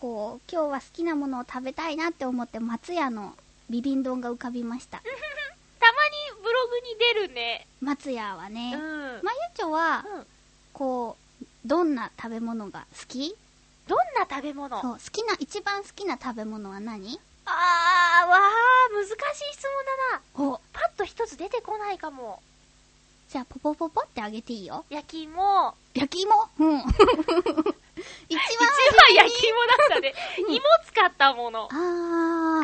こう今日は好きなものを食べたいなって思って松屋のビビン丼が浮かびました
たまにブログに出るね
松屋はね、まゆ
うん
ちょは
うん
こうどんな食べ物が好き
どんな食べ物
そう好きな一番好きな食べ物は何
あーわー難しい質問だな
お
パッと一つ出てこないかも
じゃあポポポポってあげていいよ
焼き芋
焼き芋うん 一番
一番焼き芋だったね
うん
芋使ったものが
あ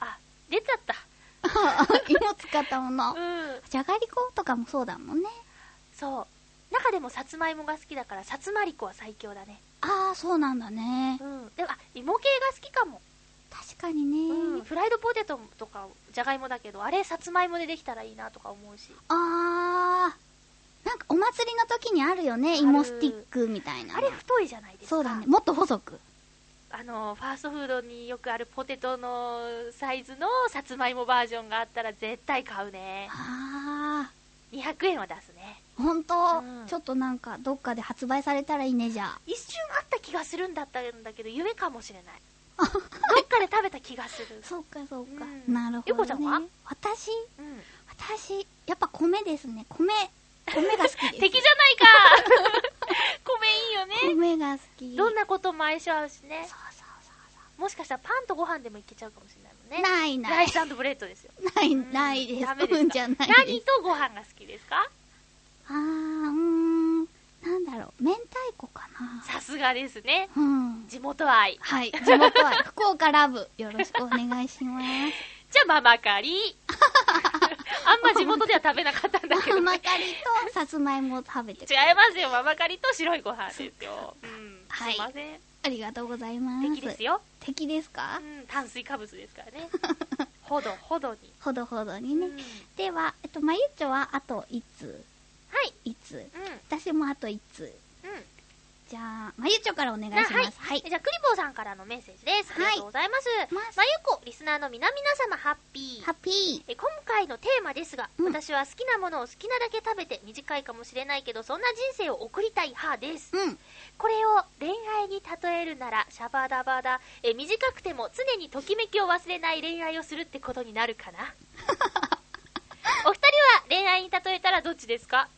あ出ちゃった
ー芋使ったもの
うん
じゃがりことかもそうだもんね
そう中でもさつまいもが好きだからさつまりこは最強だね
ああそうなんだね
うんでもあ芋系が好きかも、
確かにね、
うん、フライドポテトとかじゃがいもだけどあれさつまいもでできたらいいなとか思うし
あー、なんかお祭りの時にあるよね、
る
芋スティックみたいな。
あれ太いじゃないですか
そうだね、もっと細く。
あのファーストフードによくあるポテトのサイズのさつまいもバージョンがあったら絶対買うね
あ
200円は出すね
ー、ほんと、
うん
ちょっとなんかどっかで発売されたらいいね、じゃあ。
一瞬あった気がするんだったんだけど夢かもしれない どっかで食べた気がする、
そうか、そう
う
か。
ん
なるほど、ね。
ゆこちゃんは
私、
うん、
私、やっぱ米ですね。米、米が好き で
敵じゃないか米いいよね
す。米が好き。
どん
な
なことも相性合うしね
そうそうそう
もしかしたらパンとご飯でもいけちゃうかもしれないもん
そ
ね
う。ない
ラ
な
イ
い。
スブレッドですよ
ない、
うん
ないです。
ダメですか
うんじゃない
何
です。
とご飯が好きですか
あー、うーん。なんだろう、明太子かな。
さすがですね
うん。
地元愛
はい、地元愛、福岡ラブ、よろしくお願いします。
じゃあママカ リあんま地元では食べなかったんだけど、
甘
ね、
かりとさつまいもを食べて
違いますよママカリと白いご飯ですよ、うん、
はい
すいません
ありがとうございます。
敵ですよ、
敵です
う
か
ん、炭水化物ですから ねほどほどに、
ほどほどに
うん
ね。では、えっと、まゆっちょはあといつ
はい
いつ
うん
私もあといつ
うん
じゃあ、まゆっちょからお願いし
な
ます。
はい、
はい。
じゃあクリボーさんからのメッセージですありがとうございます、
ます
まゆこリスナーの皆々様ハッピー
ハッピー。
え今回のテーマですが、
うん
私は好きなものを好きなだけ食べて短いかもしれないけどそんな人生を送りたい派です
うん。
これを恋愛に例えるならシャバダバダえ短くても常にとき めきを忘れない恋愛をするってことになるかなお二人は恋愛打ちですか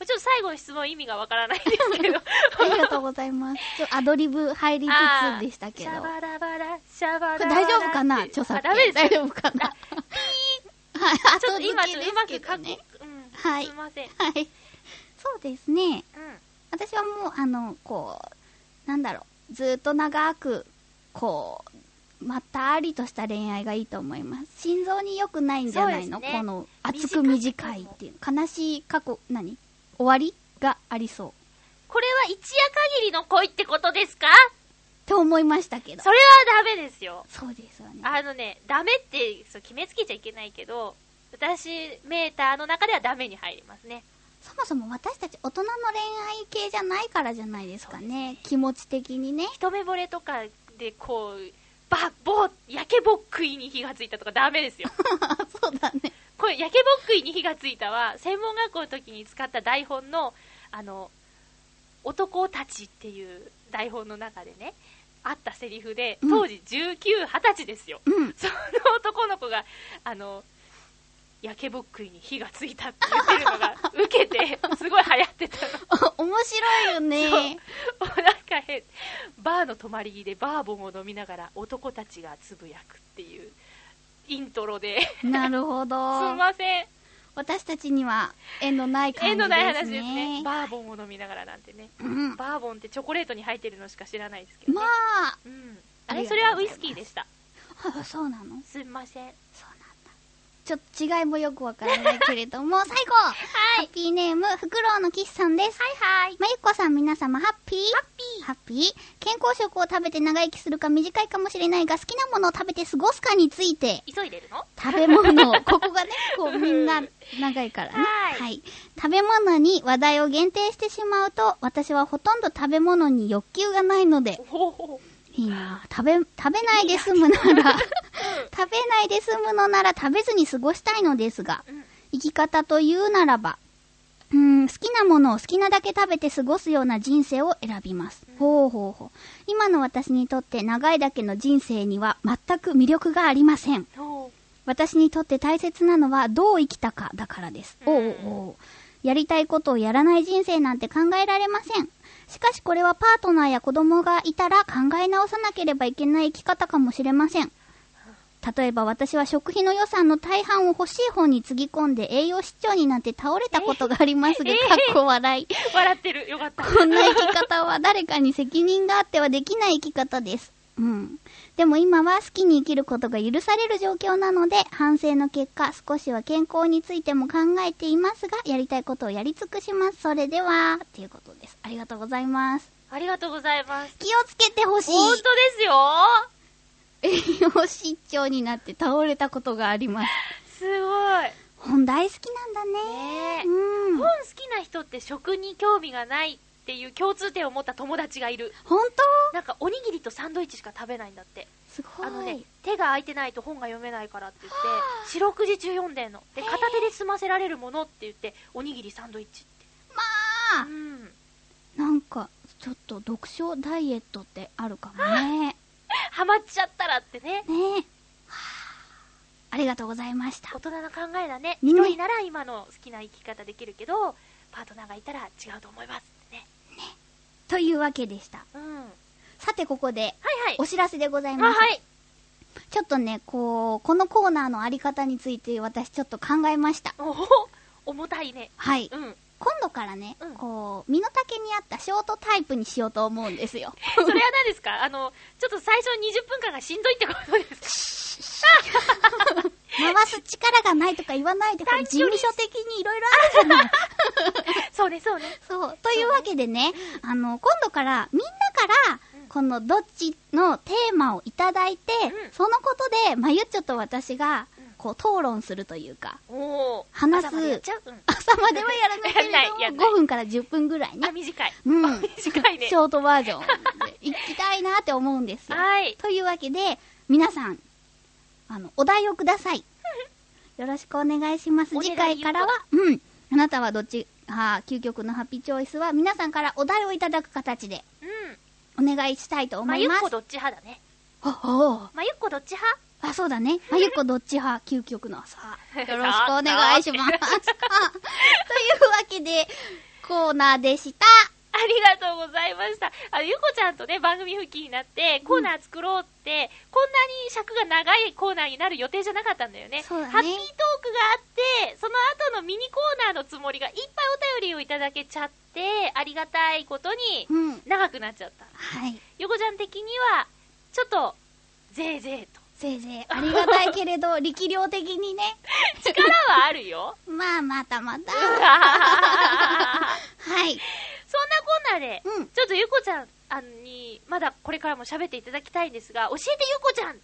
ちょっと最後の質問意味がわからないんですけど
ありがとうございます。ちょっとアドリブ入りつ
あー
つでした
シ
けど。
ャ
こ
バダバダシャバダ
れ
バダ
大丈夫かな
って
著作
あ
権。
ダメです
大丈夫かなはい、
ちょっと今ちょっとうまく
か
書
っ
く、
ね。
うん、
はい
すいません、うん、
はい。そうですね。私はもう、あの、こう、なんだろう、ずっと長く、こう、まったりとした恋愛がいいと思います。心臓に良くないんじゃないの、
そうですね
この、熱く短いっていう。悲しい過去、何終わりがありそう。
これは一夜限りの恋ってことですか
って思いましたけど
そ。れはダメですよ
そうですよね。
あのねダメってそう決めつけちゃいけないけど私メーターの中ではダメに入りますね
そもそも私たち大人の恋愛系じゃないからじゃないですかね。気持ち的にね。
一目惚れとかでこうばぼ焼けぼっくいに火がついたとかダメ ですよ
そうだね。
これ焼けぼっくいに火がついたは専門学校の時に使った台本のあの男たちっていう台本の中でねあったセリフで
うん
当時19、20歳ですよ
うん。
その男の子が、あの、焼けぼっくいに火がついたって言ってるの が、受けて、すごい流行ってたの。
面白いよね。
おなんか変、バーの泊まり木でバーボンを飲みながら男たちがつぶやくっていう、イントロで。す
なるほ
み
ど。
ません。
私たちには縁のない
縁
感じですね。
のない話ですね。バーボンを飲みながらなんてね。
うん。
バーボンってチョコレートに入ってるのしか知らないですけどね。
まあ、
うん。あ
あ
れ、
りがとうございます
それはウイスキーでした。
あそうなの
すみません。
そうなんだ。ちょっと違いもよくわからないけれ ども、最後ハッピーネーム、フクロウのキスさんです。
はいはい。
まゆっこさん、皆様、ハッピーハッピーハッピー健康食を食べて長生きするか短いかもしれないが、好きなものを食べて過ごすかについて、
急いでるの
食べ物を、こ こがね、こうみんな長いからね。
はい
食べ物に話題を限定してしまうと、私はほとんど食べ物に欲求がないので、
おお。
いいな食べ、食べないで済むな ら、食べないで済むのなら食べずに過ごしたいのですが、
うん。
生き方というならば、うーん、好きなものを好きなだけ食べて過ごすような人生を選びます。ほうほうほう。今の私にとって長いだけの人生には全く魅力がありません。
おー
私にとって大切なのはどう生きたかだからです。
うん
おうおうおうやりたいことをやらない人生なんて考えられません。しかしこれはパートナーや子供がいたら考え直さなければいけない生き方かもしれません。例えば私は食費の予算の大半を欲しい方につぎ込んで栄養失調になって倒れたことがありますが、
えー
かっこ笑い。
笑ってる。よかった。
こんな生き方は誰かに責任があってはできない生き方です。うん。でも今は好きに生きることが許される状況なので、反省の結果、少しは健康についても考えていますが、やりたいことをやり尽くします。それでは、っていうことです。ありがとうございます。
ありがとうございます。
気をつけてほしい。
本当ですよ
栄養失調になって倒れたことがあります。
すごい。
本大好きなんだね。
ねえ。
うん。
本好きな人って食に興味がないっていう共通点を持った友達がいる。
本当
なんかおにぎりとサンドイッチしか食べないんだって。
すごい。
あのね、手が空いてないと本が読めないからって言って、四六時中読んでんの。で、片手で済ませられるものって言って、おにぎりサンドイッチって。
まあ
う、ん。
なんか、ちょっと読書ダイエットってあるかもね。
ハマっちゃったらってね。
ねえ。はあありがとうございました
大。人の考えだね。
ね
一人なら今の好きな生き方できるけど、パートナーがいたら違うと思いますってね。
というわけでした。
うん。はい
さて、ここで、
はい。
お知らせでござい
あ、
ます。
はい。
ちょっとね、こう、このコーナーのあり方について私ちょっと考えました。
おほ 重たいね。
はい。
うん。
今度からね、
うん
こう、身の丈に合ったショートタイプにしようと思うんですよ。
それは何ですかあの、ちょっと最初20分間がしんどいってことです
回す力がないとか言わないで、これ事務所的にいろいろあるじゃない。
かそうね、そうね。
そう。というわけでね、あの、今度から、みんなから
うん、
このどっちのテーマをいただいて、
うん
そのことで、まゆっちょと私が
うん、
こう、討論するというか、
おお。
話す
朝までやっちゃううん。
朝まではやらないけれ
やんないや
ど
ん
も、
ない
5分から10分ぐらい
あ、
ね、
短い。
うん
あ 短いね
シ。ョートバージョンでいきたいなって思うんですよ。
はい。
というわけで、皆さん、あの、お題をくだ さい。よろしくお願いします。
お願い
次回からは、うん。あなたはどっち、あー究極のハッピーチョイスは、皆さんからお題をいただく形で、
う
お願いしたいと
ん。
思
ま
い
ゆっ
ます
こ。どっち派だね。
あ、あ
まゆっこどっち派
ああ、そうだね。 まゆっこどっち派、究極のさ。よろしくお願いします。あというわけで、コーナーでした。
ありがとうございました。あの、ゆこちゃんとね、番組復帰になって、コーナー作ろうって、こんなに尺が長いコーナーになる予定じゃなかったんだよね。
そうだね
ハッピートークがあって、その後のミニコーナーのつもりがいっぱいお便りをいただけちゃって、ありがたいことに、
うん。
長くなっちゃった。
はい。
ゆこちゃん的には、ちょっと、ぜいぜいと。
せいぜい、ありがたいけれど、力量的にね。
力はある よ。
まあ、またま た。
そん
は。
ないコーナーで、
うん。
ちょっとゆこちゃんあのに、まだこれからも喋っていただきたいんですが、教えてゆこちゃん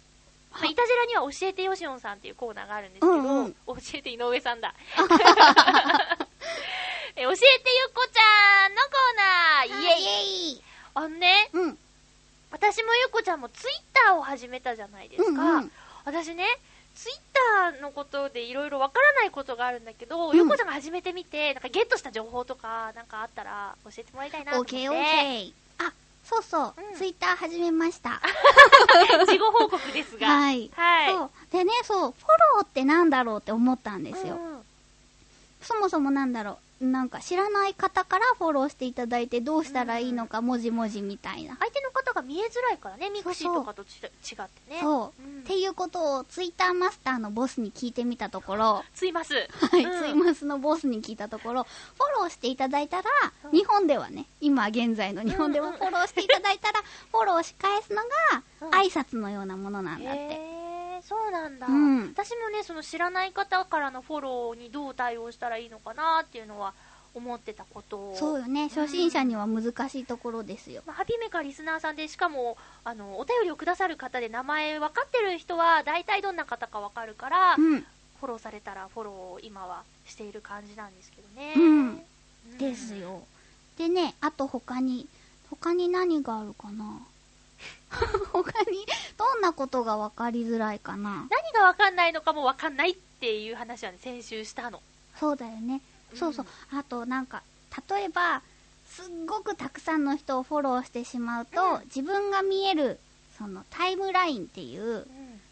まあ、いたじらには教えてよしおんさんっていうコーナーがあるんですけど、
うんうん
教えて井上さん だ。え教えてゆこちゃんのコーナーイエイ
イエイ
あのね、
うん。
私もゆこちゃんもツイッターを始めたじゃないですか。
うんうん
私ね、ツイッターのことでいろいろわからないことがあるんだけど、
うん
ゆこちゃんが始めてみて、なんかゲットした情報とか、なんかあったら教えてもらいたいなと
オ
思
ー
って。
ケーオーケー。あ、そうそう
う。ん
ツイッター始めました。
事後報告ですが。
はい
はい。
そう。でね、そう、フォローってなんだろうって思ったんですよ。
うんうん
そもそもなんだろう。なんか知らない方からフォローしていただいてどうしたらいいのか、もじもじみたいな。
相手の方が見えづらいからね、ミクシーとかとち違ってね。
そうんっていうことをツイッターマスターのボスに聞いてみたところ、
ついます。
はい、
うん
ツイマスのボスに聞いたところ、フォローしていただいたら
うん、
日本ではね、今現在の日本で
うん
も
うん
フォローしていただいたら、フォローし返すの
うん
が挨拶のようなものなんだって。
へー、そうなんだ、
うん
私もね、その知らない方からのフォローにどう対応したらいいのかなっていうのは思ってたことを。
そうよね、初心者には難しいところですよ。
まあ、ハピメカリスナーさんで、しかも、あの、お便りをくださる方で名前分かってる人は、大体どんな方か分かるから、フ
うん。
ォローされたらフォローを今はしている感じなんですけどね。
うん
うん
ですよ。でね、あと他に、他に何があるかな 他に、どんなことが分かりづらいかな
何がわかんないのかもわかんないっていう話はね、先週したの。
そうだよね。そうそう。あと、なんか、例えば、すっごくたくさんの人をフォローしてしまうと、
うん
自分が見える、そのタイムラインっていう
う、ん。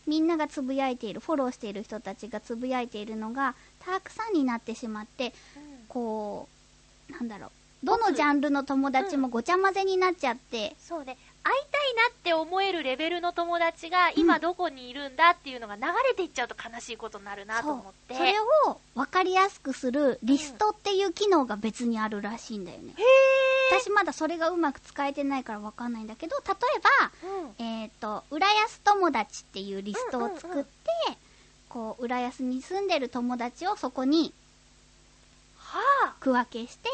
みんながつぶやいている、フォローしている人たちがつぶやいているのが、たくさんになってしまって、
うん
こう、なんだろう。どのジャンルの友達もごちゃ混ぜになっちゃって、
そうね。会いたいなって思えるレベルの友達が今どこにいるんだっていうのが流れていっちゃうと悲しいことになるなと
そう
思って。
それを分かりやすくするリストっていう機能が別にあるらしいんだよね。
へ
私まだそれがうまく使えてないから分かんないんだけど、例えば、
ー。うん。
えっ、と、浦安友達っていうリストを作って、こう、浦安に住んでる友達をそこに
はあ。
区分けして、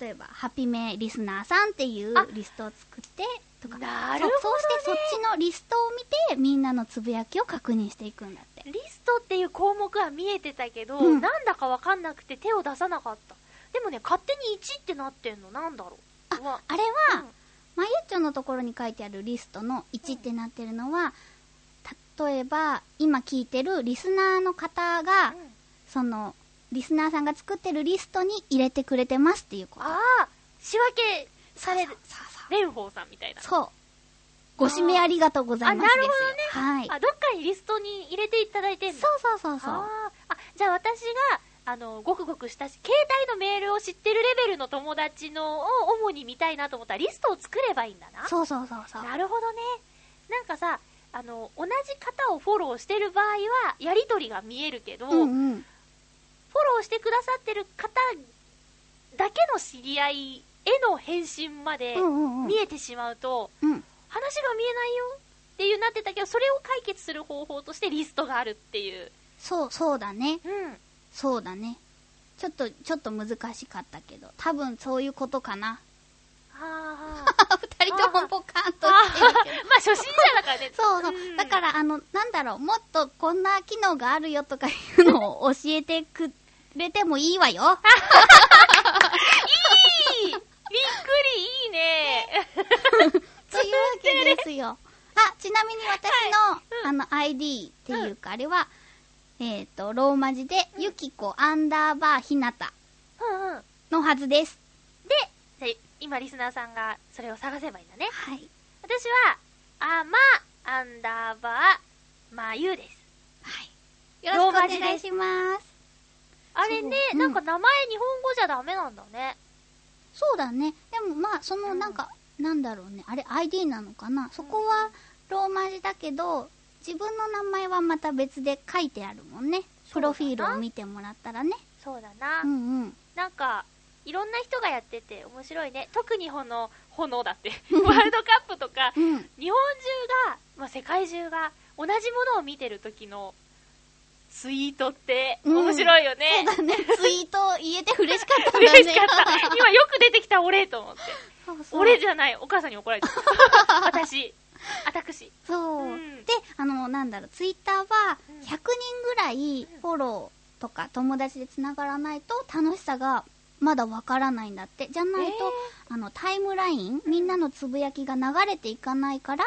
例えば、ハピメリスナーさんっていう
あ
リストを作って、とか。
なるほどね
そうそうしてそっちのリストを見て、みんなのつぶやきを確認していくんだって。
リストっていう項目は見えてたけど、
うん
なんだかわかんなくて手を出さなかった。でもね、勝手に1ってなってんの、なんだろう。うわ
あれは、
うん
まゆっちょのところに書いてあるリストの1ってなってるのは、例えば、今聞いてるリスナーの方が、
うん
その、リスナーさんが作ってるリストに入れてくれてますっていうこと。
ああ、仕分け
される。そう
蓮舫さんみたいな。
そう。ご指名ありがとうございますですよ。
あ
なるほどね。はい。
あ、どっかにリストに入れていただいてんだ。
そうそうそうそう。
あーあじゃあ私があのごくごくしたし携帯のメールを知ってるレベルの友達のを主に見たいなと思ったらリストを作ればいいんだな
そうそうそうそう。
なるほどねなんかさあの同じ方をフォローしてる場合はやり取りが見えるけど、
う
フォ
んうん。
ローしてくださってる方だけの知り合いへの返信まで
うんうんうん。
見えてしまうと、
うん。
話が見えないよっていうなってたけどそれを解決する方法としてリストがあるっていう
そう、そうだね。
うん
そうだね。ちょっと、ちょっと難しかったけど、多分そういうことかな。
あー
二人ともポカンと
あ
してるけど。。
まあ初心者だからね
そうそう。だか、ら、あの、なんだろう、もっとこんな機能があるよとかいうのを教えてくれてもいいわよ。
いいびっくり、いいね。
というわけで すよ。あ、ちなみに私の、あの、ID っていうか、あれは、えっ、と、ローマ字で、ゆきこアンダーバーひなた
うんうん。
のはずです。
で、今リスナーさんがそれを探せばいいんだね。
はい。
私は、あま、アンダーバー、まゆです。
はい。よろしくお願いします。
あれね、
そううん
なんか名前日本語じゃダメなんだね。
そうだね。でもまあ、その
うん
なんか、なんだろうね。あれ、ID なのかなそこはローマ字だけど、自分の名前はまた別で書いてあるもんね。プ
うだ
ロ
な
フィールを見てもらったらね。
そうだな。
うんうん。
なんか、いろんな人がやってて面白いね。特にこの、炎だ って。ワールドカップとか
う、ん。
日本中が、まあ、世界中が、同じものを見てる時の、ツイートって、
うん
面白いよね。
そう だね。ツイート言えて嬉しかったんだね。
嬉しかった。今よく出てきた俺と思って。
そうそう
俺じゃない、お母さんに怒られた。 私、私。
そう、
うん
で、あの、なんだろう、ツイッターは
うん
100人ぐらいフォローとか友達で繋がらないと楽しさがまだわからないんだって。じゃないと、あの、タイムライン、みんなのつぶやきが流れていかないから、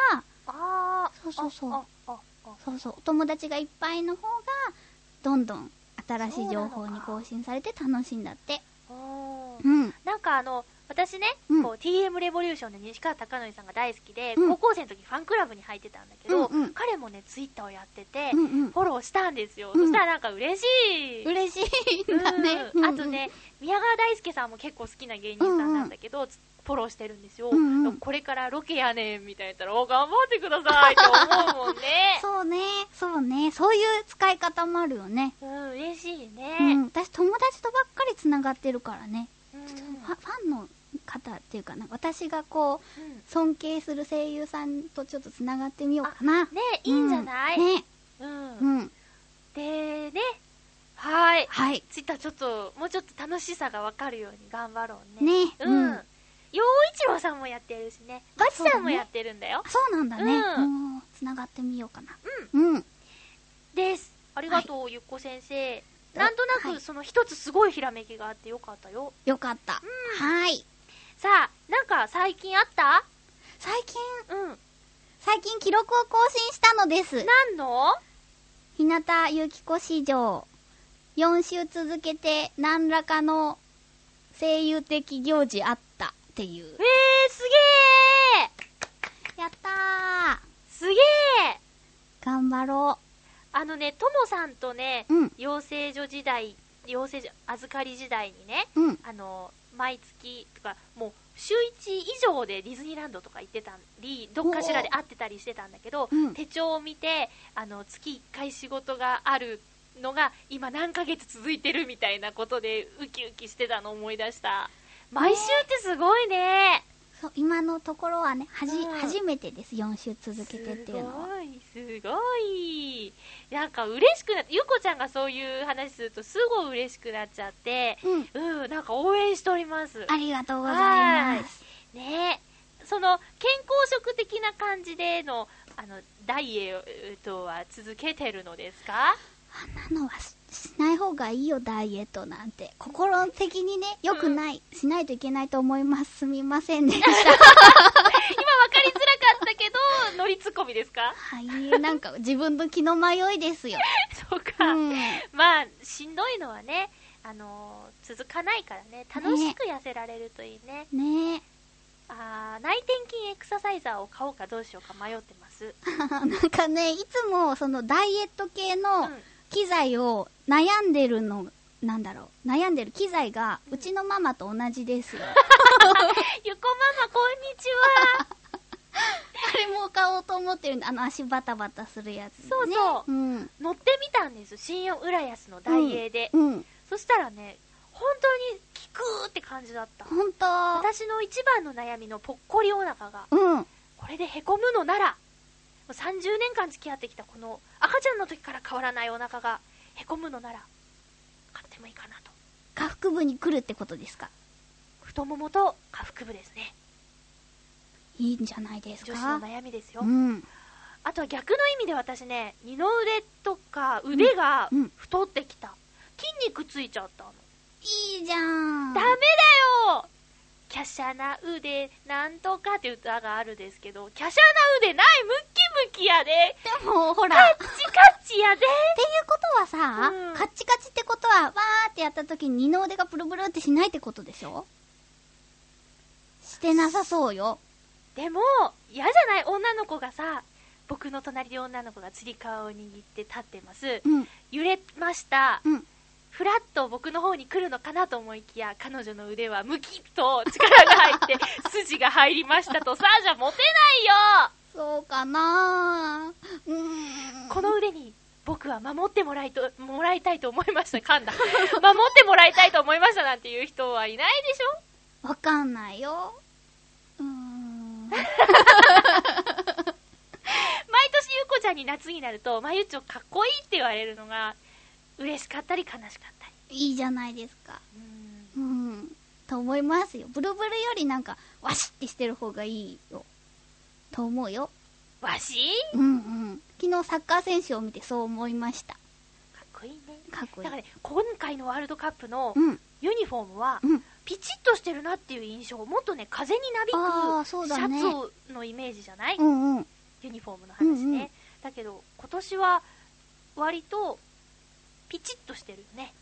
あー、
そうそうそう
あ、あ、あ、あ
そうそう、お友達がいっぱいの方が、どんどん新しい情
そう
報
なの
に
か
更新されて楽しいんだって。
おー
うん。
なんかあの、私ね、
うん
こう TM レボリューションで西川貴教さんが大好きで、
うん
高校生の時ファンクラブに入ってたんだけど、
うんうん
彼もね、ツイッターをやってて、
うんうん
フ。ォローしたんですよ。
うん
そしたらなんか嬉しい。
嬉しいんだね。
うん
うん
あとね、宮川大輔さんも結構好きな芸人さんなんだけど、つフォローしてるんですよ。
うんうん。
でもこれからロケやねんみたいな言ったら、お、頑張ってくださいと思うもんね
そうね、そうね、そういう使い方もあるよね。
うん、嬉しいね。
うん、私友達とばっかりつながってるからね、
うん
ファファンの方っていうかな私がこう
うん
尊敬する声優さんとちょっとつながってみようかな、
ねいいんじゃない、
うんね
うん
うん
でね、はい。
はい
ツイッターちょっと、もうちょっと楽しさがわかるように頑張ろうね。
ね
うん。
うん
陽一郎さんもやってるしね。バチ
そうだね
さんもやってるんだよ。
そうなんだね
う
うんつながってみようかなうん、
です。ありがとう、ゆっこ先生。
あ
なんとな
は
く、
い
その一つすごいひらめきがあってよかったよ。
よかった、はい
さあ、なんか最近あった
最近
うん。
最近記録を更新したのです
なんの
日向ゆき子史上4週続けて何らかの声優的行事あったっていう
えー、すげー
やったー
すげー
頑張ろ
あのね、ともさんとね
う。、うん、
養成所時代、養成所、預かり時代にね、
うん。
あの毎月とかもう週1以上でディズニーランドとか行ってたりどっかしらで会ってたりしてたんだけど、
うん
手帳を見てあの月1回仕事があるのが今何ヶ月続いてるみたいなことでウキウキしてたのを思い出した毎週ってすごいね
そう、今のところはね、はじ、
うん
初めてです。4週続
す
けてっていうのは。
ごいすごいなんか嬉しくなってゆうこちゃんがそういう話するとすごい嬉しくなっちゃって
うん。
うんなんか応援しております
ありがとうございます。
ねえ、その健康食的な感じでのあのダイエットは続けてるのです か
あんなのはししない方がいいよ、ダイエットなんて。心的にね、良くない。しないといけないと思います。すみませんで した。
今分かりづらかったけど、乗りツッコミですか
はい。なんか、自分の気の迷いですよ。
そうか、
うん。
まあ、しんどいのはね、あのー続かないからね、楽しく痩せられるといいね。
ねえ。
あー内転筋エクササイザーを買おうかどうしようか迷ってます。
なんかね、いつも、その、ダイエット系
う
の
ん、
機材を悩んでるの、なんだろう。悩んでる機材が、うちのママと同 じですよ。
ゆこママ、こんにちは。
あれも買おうと思ってるんで、あの足バタバタするやつ、ね。
そうそう
うん。
乗ってみたんです、新浦安のダイエーで。
うん。
そしたらね、本当に効くって感じだった。
ほんと。
私の一番の悩みのぽっこりお腹が、
うん。
これでへこむのなら、もう30年間付き合ってきたこの赤ちゃんの時から変わらないお腹がへこむのなら、買ってもいいかなと。
下腹部に来るってことですか
太ももと下腹部ですね。
いいんじゃないですか
女子の悩みですよ
う。ん。
あとは逆の意味で私ね、二の腕とか腕が
うんうん
太ってきた。筋肉ついちゃったの。
いいじゃん。
ダメだよ華奢な腕なんとかって歌があるですけど、華奢な腕ないムッキムキやで
でも、ほら。
カ
っ
ッチカッチやで
ていうことはさ、
うん
カッチカチってことは、わーってやった時に二の腕がブルブルってしないってことでしょしてなさそうよ。
でも、嫌じゃない女の子がさ、僕の隣で女の子がつり革を握って立ってます。
うん。
揺れました。
うん。
ふらっと僕の方に来るのかなと思いきや、彼女の腕はムキッと力が入って、筋が入りましたと、さあじゃモテないよ
そうかなぁ。うーん。
この腕に僕は守ってもらいともらいたいと思いました、噛んだ。守ってもらいたいと思いましたなんていう人はいないでしょ
わかんないよ。うーん。
毎年ゆうこちゃんに夏になると、まゆっちょかっこいいって言われるのが、嬉しかったり悲しかったり。
いいじゃないですか。うん。と思いますよ。ブルブルよりなんか、わしってしてる方がいいよ。と思うよ。
わし
うんうん。昨日サッカー選手を見てそう思いました。
かっこいいね。
かっこいい
だから。ね、今回のワールドカップの
うん。
ユニフォームは、
うん。
ピチッとしてるなっていう印象、もっとね、風になび
あーそう
くシ
だね
ャツのイメージじゃない、
うんうん。
ユニフォームの話ね。
うんうん
だけど、今年は割とピチッとしてるよね。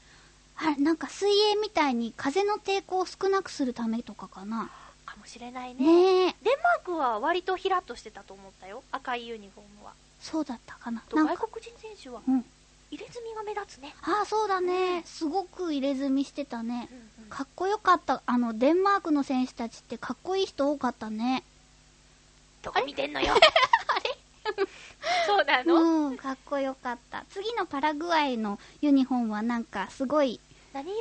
あれ、なんか水泳みたいに風の抵抗を少なくするためとかかな。
かもしれないね。
ねえ。
デンマークは割とひらっとしてたと思ったよ、赤いユニフォームは。
そうだったかな
あ。と
なん
外
か、
国人選手は
うん。
入れ墨が目立つね。
ああ、そうだね。すごく入れ墨してたね。
うんうん
かっこよかった。あの、デンマークの選手たちってかっこいい人多かったね。
どこ見てんのよ。 あれそうなの、
うん、かっこよかった。次のパラグアイのユニフォームはなんかすごい、
何色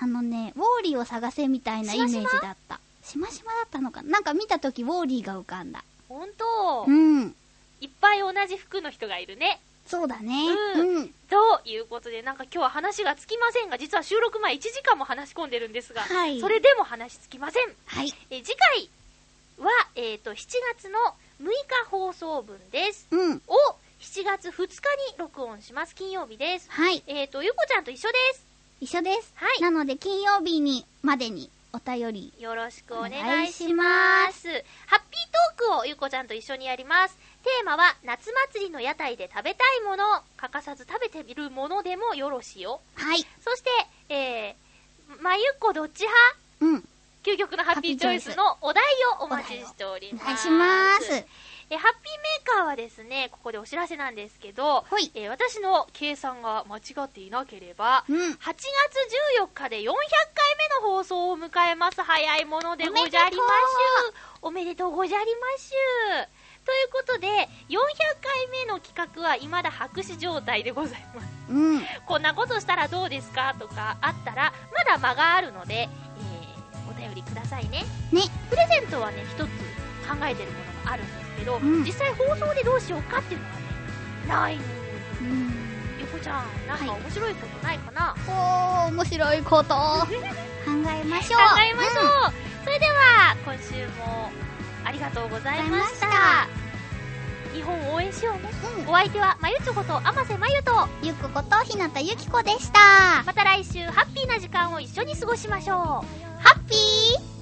あのね、ウォーリーを探せみたいなイメージだった。しましまだったのかななんか見たときウォーリーが浮かんだ。
ほんと
う、ん。
いっぱい同じ服の人がいるね。
そうだね。
うん
うん。
ということで、なんか今日は話がつきませんが、実は収録前1時間も話し込んでるんですが、
はい
それでも話つきません。
はい。
え次回は、えっ、と、7月の6日放送分です。
うん。
を、7月2日に録音します。金曜日です。
はい。
えっ、と、ゆこちゃんと一緒です。
一緒です。
はい
なので、金曜日に、までに、お便り。
よろしくお願
お願い
い
し
し
ま
ます。ハッピートークをゆこちゃんと一緒にやります。テーマは、夏祭りの屋台で食べたいもの、欠かさず食べてみるものでもよろしよ。
はい。
そして、えー、まゆっこどっち派
うん。
究極のハッピーチョイスのお題をお待ちしており
お
ます。
願いします。
え、ハッピーメーカーはですね、ここでお知らせなんですけど、
はい
えー私の計算が間違っていなければ、
うん。
8月14日で400回目の放送を迎えます。早いものでごじゃりましゅう。おめでとうごじゃりましゅう。ということで、400回目の企画は未だ白紙状態でございます。
うん。
こんなことしたらどうですかとかあったら、まだ間があるので、えーお便りくださいね。
ね
プレゼントはね、一つ考えてるものがあるんですけど、
ん
実際放送でどうしようかっていうのはね、ないの。
うん。
ゆこちゃん、なんか面白いことないかな、
おー、面白いこと。考えましょう。
考えましょう、それでは今週もありがとうございました
あり
日
が
本を応援しようね、
うん
お相手はまゆちょこと天瀬まゆと
うん。ゆっここと、ひなたゆきこでした。ハ
また来週ハッピーな時間を一緒に過ごしましょう
ッピー